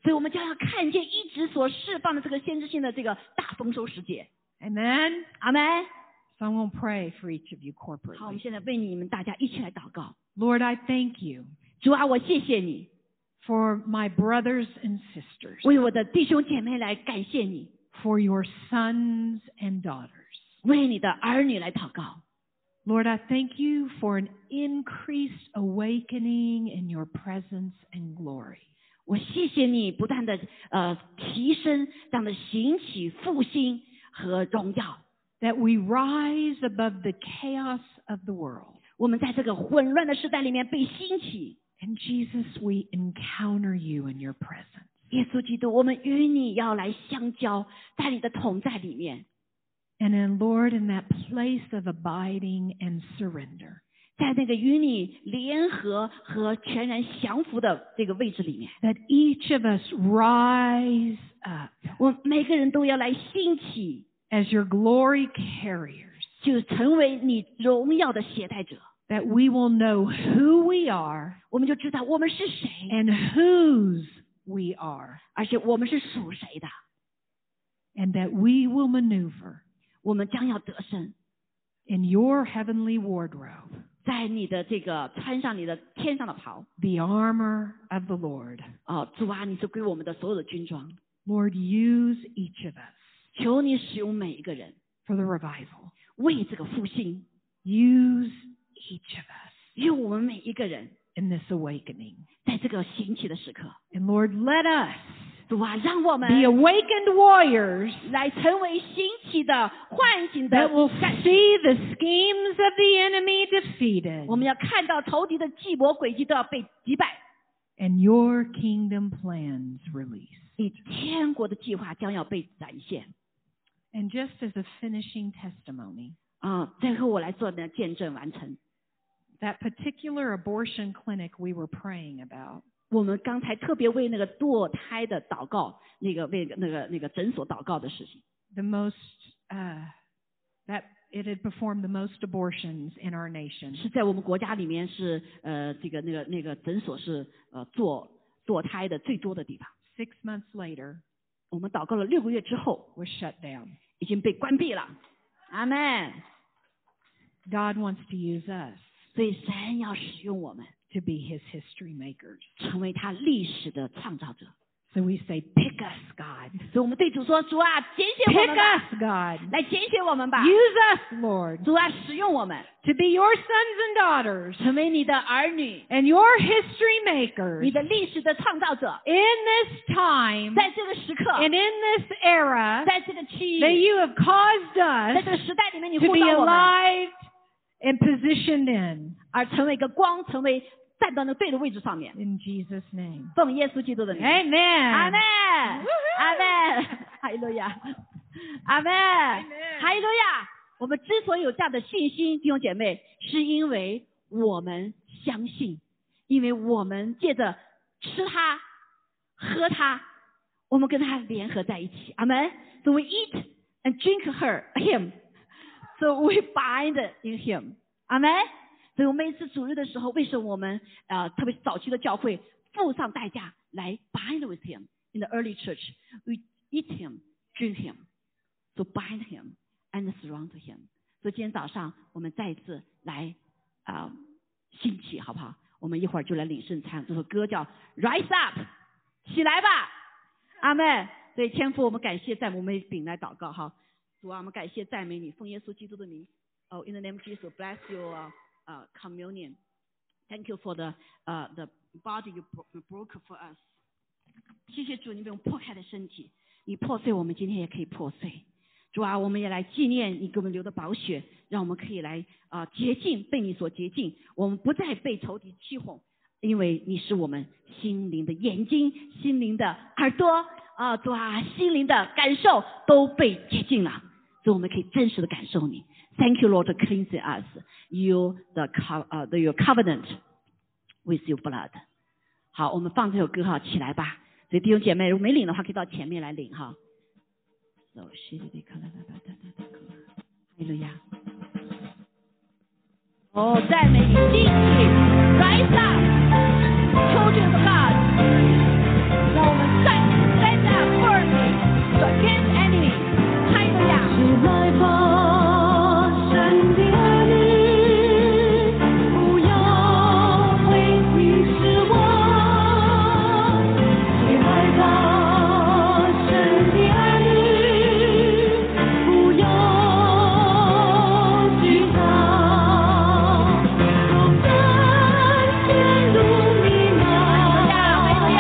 S1: 所以我们将要看见一直所释放的这个先知性的这个大丰收时节。
S2: Amen.
S1: 阿门。
S2: So I'm going to pray for each of you
S1: 好，我们
S2: corporately.
S1: 现在为你们大家一起来祷告。
S2: Lord, I thank you
S1: 主啊，我谢谢你，
S2: for my brothers and sisters.
S1: 为我的弟兄姐妹来感谢你，
S2: for your sons and daughters.
S1: 为你的儿女来祷告。
S2: Lord, I thank you for an increased awakening in your presence and glory.
S1: 我谢谢你不断的呃提升，让的兴起复兴和荣耀。
S2: That we rise above the chaos of the world.
S1: 我们在这个混乱的时代里面被兴起，
S2: And Jesus, we encounter you in your presence.
S1: 耶稣基督，我们与你要来相交，在你的同在里面，
S2: And then, Lord, in that place of abiding and surrender,
S1: 在那个与你联合和全然降服的这个位置里面，
S2: that each of us rise up
S1: 我们每个人都要来兴起，
S2: as your glory carriers,
S1: 就成为你荣耀的携带者。
S2: that we will know who we are
S1: 我们就知道我们是谁，
S2: and whose we are,
S1: 而且我们是属谁的，
S2: and that we will maneuver
S1: 我们将要得胜。
S2: in your heavenly wardrobe,
S1: 在你的这个穿上你的天上的袍，
S2: the armor of the Lord.
S1: 啊、主啊，你是归我们的所有的军装，
S2: Lord, use each of us
S1: 求你使用每一个人，
S2: for the revival.
S1: 为这个复兴，
S2: Use each of us
S1: 用我们每一个人，
S2: in this awakening.
S1: 在这个兴起的时刻，
S2: And Lord, let us
S1: 主啊，让我们
S2: be awakened warriors
S1: 来成为兴起的唤醒
S2: that
S1: 的
S2: will
S1: 战士。
S2: see the schemes of the enemy defeated
S1: 我们要看到仇敌的计谋诡计都要被击败，
S2: and your kingdom plans released.
S1: 你天国的计划将要被展现。
S2: And just as a finishing testimony,
S1: 啊、最后我来做呢见证完成。
S2: that particular abortion clinic we were praying about,
S1: 我们刚才特别为那个堕胎的祷告，那个为那个那个诊所祷告的事情，
S2: the most, uh, that it had performed the most abortions in our nation.
S1: 是在我们国家里面是呃这个那个那个诊所是呃做堕胎的最多的地方。
S2: Six months later,
S1: 我们祷告了六个月之后，
S2: was shut down.
S1: 已经被关闭了。阿门。
S2: God wants to use us
S1: 所以神要使用我们，
S2: to be his history makers.
S1: 成为他历史的创造者。
S2: So we say, pick us, God.
S1: 所以我们对主说：“主啊，拣选
S2: Pick
S1: 我们吧，
S2: us, God.
S1: 来拣选我们吧，
S2: Use us, Lord,
S1: 主啊，使用我们，
S2: to be your sons and daughters
S1: 成为你的儿女，
S2: and your history makers
S1: 你的历史的创造者。
S2: in this time
S1: 在这个时刻，
S2: and in this era
S1: 在这个区域，
S2: that you have caused
S1: 在这个
S2: us
S1: 时代里面，你
S2: to
S1: 呼
S2: be
S1: 召我们，
S2: alive and positioned in.
S1: 而成为一个光，成为站到那对的位置上面。
S2: In Jesus' name.
S1: 奉耶稣基督的名，
S2: Amen.
S1: 阿门，
S2: Woohoo
S1: 阿门， (laughs) 哈利路亚，阿门，
S2: 嗯
S1: 哈利路亚。我们之所以有这样的信心，弟兄姐妹，是因为我们相信，因为我们借着吃它、喝它，我们跟它联合在一起。阿门。So we eat and drink her him. So we bind in him. 阿门。所以我们每次主日的时候，为什么我们呃，特别是早期的教会付上代价来 bind with him in the early church? We eat him, drink him, so bind him and surround him. 所以今天早上我们再一次来啊、呃兴起，好不好？我们一会儿就来领圣餐。这首歌叫《Rise Up》，起来吧，阿门。所以天父，我们感谢赞美我们饼来祷告哈，主啊，我们感谢赞美你，奉耶稣基督的名。Oh, in the name of Jesus, bless your uh, uh, communion. Thank you for the uh, the body you bro- you broke for us. 谢谢主，你为我们破开的身体，你破碎，我们今天也可以破碎。主啊，我们也来纪念你给我们流的宝血，让我们可以来啊、呃洁净，被你所洁净，我们不再被仇敌欺哄，因为你是我们心灵的眼睛、心灵的耳朵啊、主啊，心灵的感受都被洁净了，所以我们可以真实的感受你。Thank you, Lord, cleansing us. You the co 呃、the your covenant with your blood. 好，我们放这首歌哈，起来吧。所以弟兄姐妹，如果没领的话，可以到前面来领哈。走，谢谢你，看来来来来来来，哈利路亚。哦，赞美你，敬意，rise up, children of God，让我们站站在 firmly against enemy，哈利路亚。
S3: 起来吧，神的儿女，不要为你失望。起来吧，神的儿女，不要惧怕。纵然陷入迷
S1: 哈利路
S3: 茫。
S1: 亚，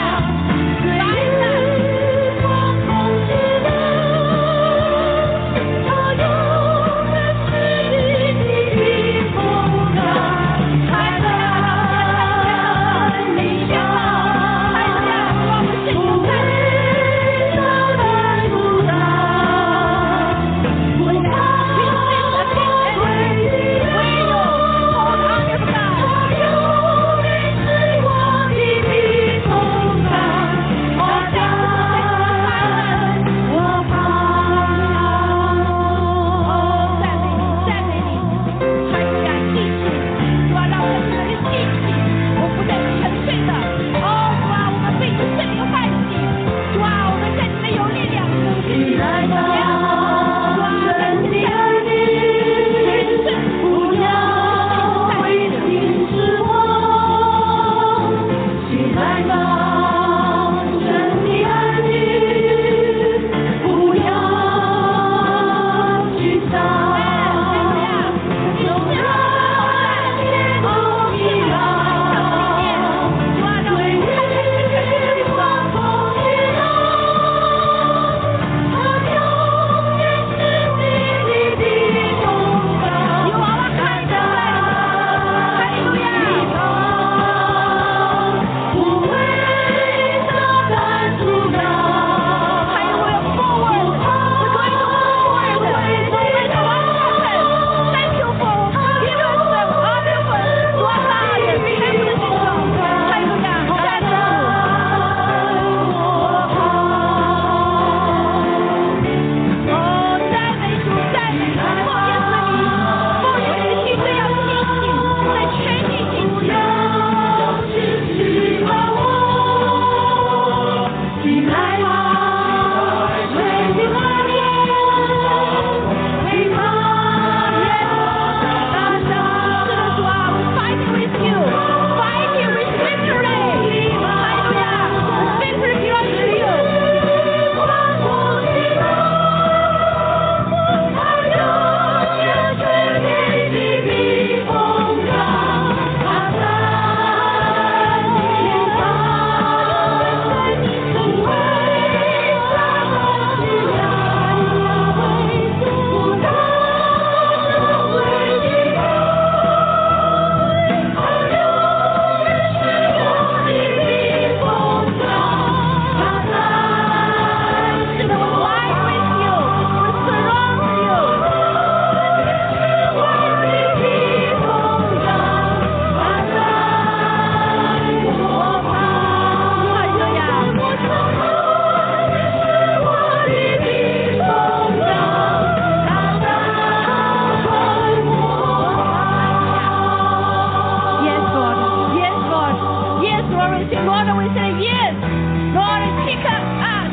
S1: 啊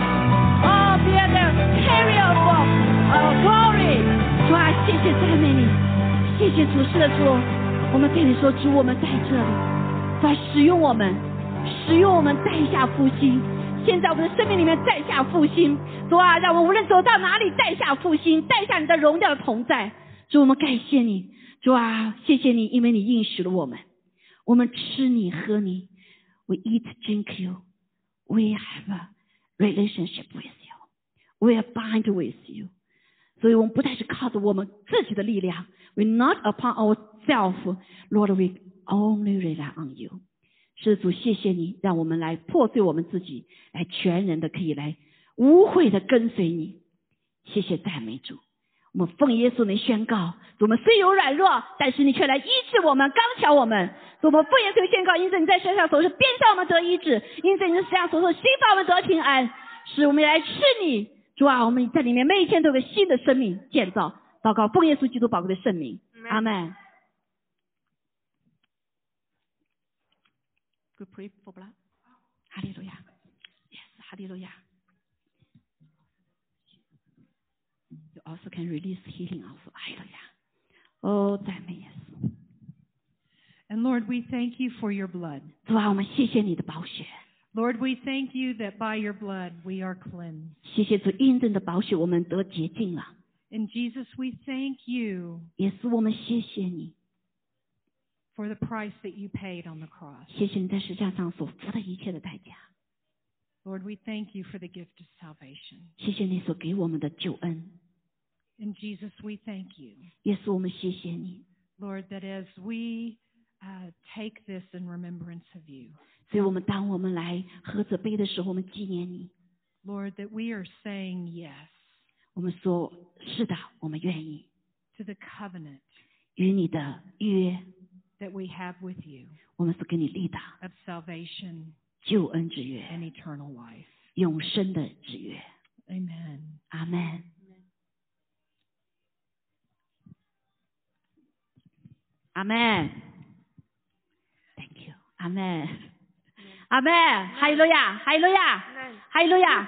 S1: 谢主，是的主，我们对你说，主，我们在这里，来使用我们，使用我们带下复兴。现在我们的生命里面带下复兴，主啊，让我们无论走到哪里带下复兴，带下你的荣耀的同在。主，我们感谢你，主啊，谢谢你，因为你应许了我们，我们吃你喝你，We eat drink you，We have a relationship with you，We are bind with you。所以我们不再是靠着我们自己的力量，we not upon ourselves, Lord, we only rely on you。是主，谢谢你，让我们来破碎我们自己，来全然的可以来无悔的跟随你。谢谢赞美主，我们奉耶稣名宣告：主我们虽有软弱，但是你却来医治我们、刚强我们。主我们奉耶稣宣告，因此你在身上所受鞭伤，我们得医治；因此你在身上所受刑罚，我们得平安。使我们来吃你，主啊，我们在里面每一天都有个新的生命建造。祷告，奉耶稣基督宝贵的圣名，阿门。Good pray for blood. Hallelujah. Yes, hallelujah. You also can release healing also. Hallelujah. Oh, 赞美耶稣。
S2: And Lord, we thank you for your blood.
S1: 主啊，我们谢谢你的宝血，
S2: Lord, we thank you that by your blood we are cleansed.
S1: 谢谢主印证的宝血，我们得洁净了。
S2: And Jesus, we thank you
S1: 耶稣，我们谢谢你，
S2: for the price that you paid on the cross.
S1: 谢谢你在十字架上所付的一切的代价，
S2: Lord, we thank you for the gift of salvation.
S1: 谢谢你所给我们的救恩。
S2: And Jesus, we thank you,
S1: 耶稣，我们谢谢你。
S2: Lord, that as we uh, take this in remembrance of you,
S1: 所以，我们当我们来喝这杯的时候，我们纪念你。
S2: Lord, that we are saying yes
S1: 我们说，是的，我们愿意
S2: to the covenant
S1: 与你的约，
S2: that we have with you
S1: 我们所给你立的
S2: of salvation
S1: 救恩之
S2: and
S1: 约、
S2: eternal life.
S1: 永生的之约。
S2: Amen.
S1: 阿门。阿门。Thank you。阿门。阿门。哈利路亚，哈利路亚，哈利路亚。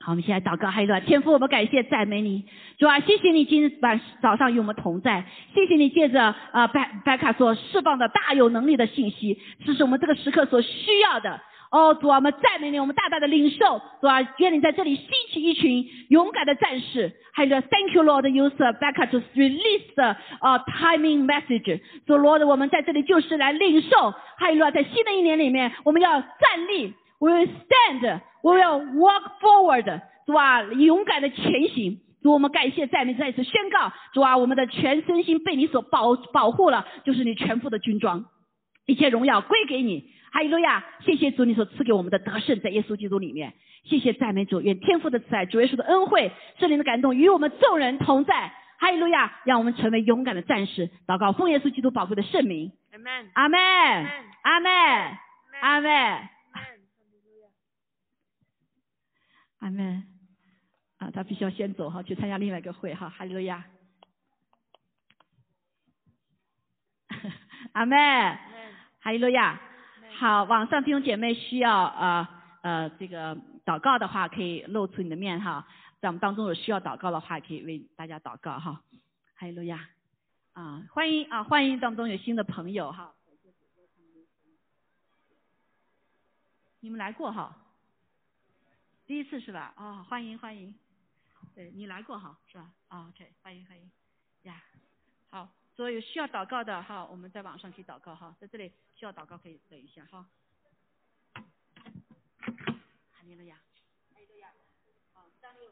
S1: 好，我们现在祷告，哈利路亚，天父，我们感谢赞美你，主啊，谢谢你今日晚早上与我们同在，谢谢你借着呃白白卡所释放的大有能力的信息，这是我们这个时刻所需要的。哦，主啊，我们赞美你，我们大大的领受，主啊，愿你在这里兴起一群勇敢的战士。还有，Thank you, Lord, use Becca to release the 呃、timing message。所以，Lord，我们在这里就是来领受。还有，在新的一年里面，我们要站立，We will stand, we will walk forward，主啊，勇敢的前行。主，我们感谢赞美，再一次宣告，主啊，我们的全身心被你所保保护了，就是你全副的军装。一切荣耀归给你。哈利路亚！谢谢主，你所赐给我们的得胜，在耶稣基督里面。谢谢赞美主，愿天父的慈爱、主耶稣的恩惠、圣灵的感动与我们众人同在。哈利路亚！让我们成为勇敢的战士。祷告，奉耶稣基督宝贵的圣名。
S4: Amen.
S1: 阿门，阿门，阿
S4: Amen.
S1: 门，
S4: Amen.
S1: 阿门。啊，他必须要先走哈，去参加另外一个会哈。哈利路亚。 (laughs) 阿门。
S4: Amen.
S1: 哈利路亚。好，网上弟兄姐妹需要呃呃这个祷告的话，可以露出你的面哈。在我们当中有需要祷告的话，可以为大家祷告哈。哈利路亚。啊，欢迎啊，欢迎当中有新的朋友哈。你们来过哈？第一次是吧？哦，欢迎欢迎。对你来过哈，是吧？哦，OK，欢迎欢迎。呀、好，所有需要祷告的哈，我们在网上可以祷告哈，在这里需要祷告可以等一下哈。哈利路亚，哈利路亚，好，三六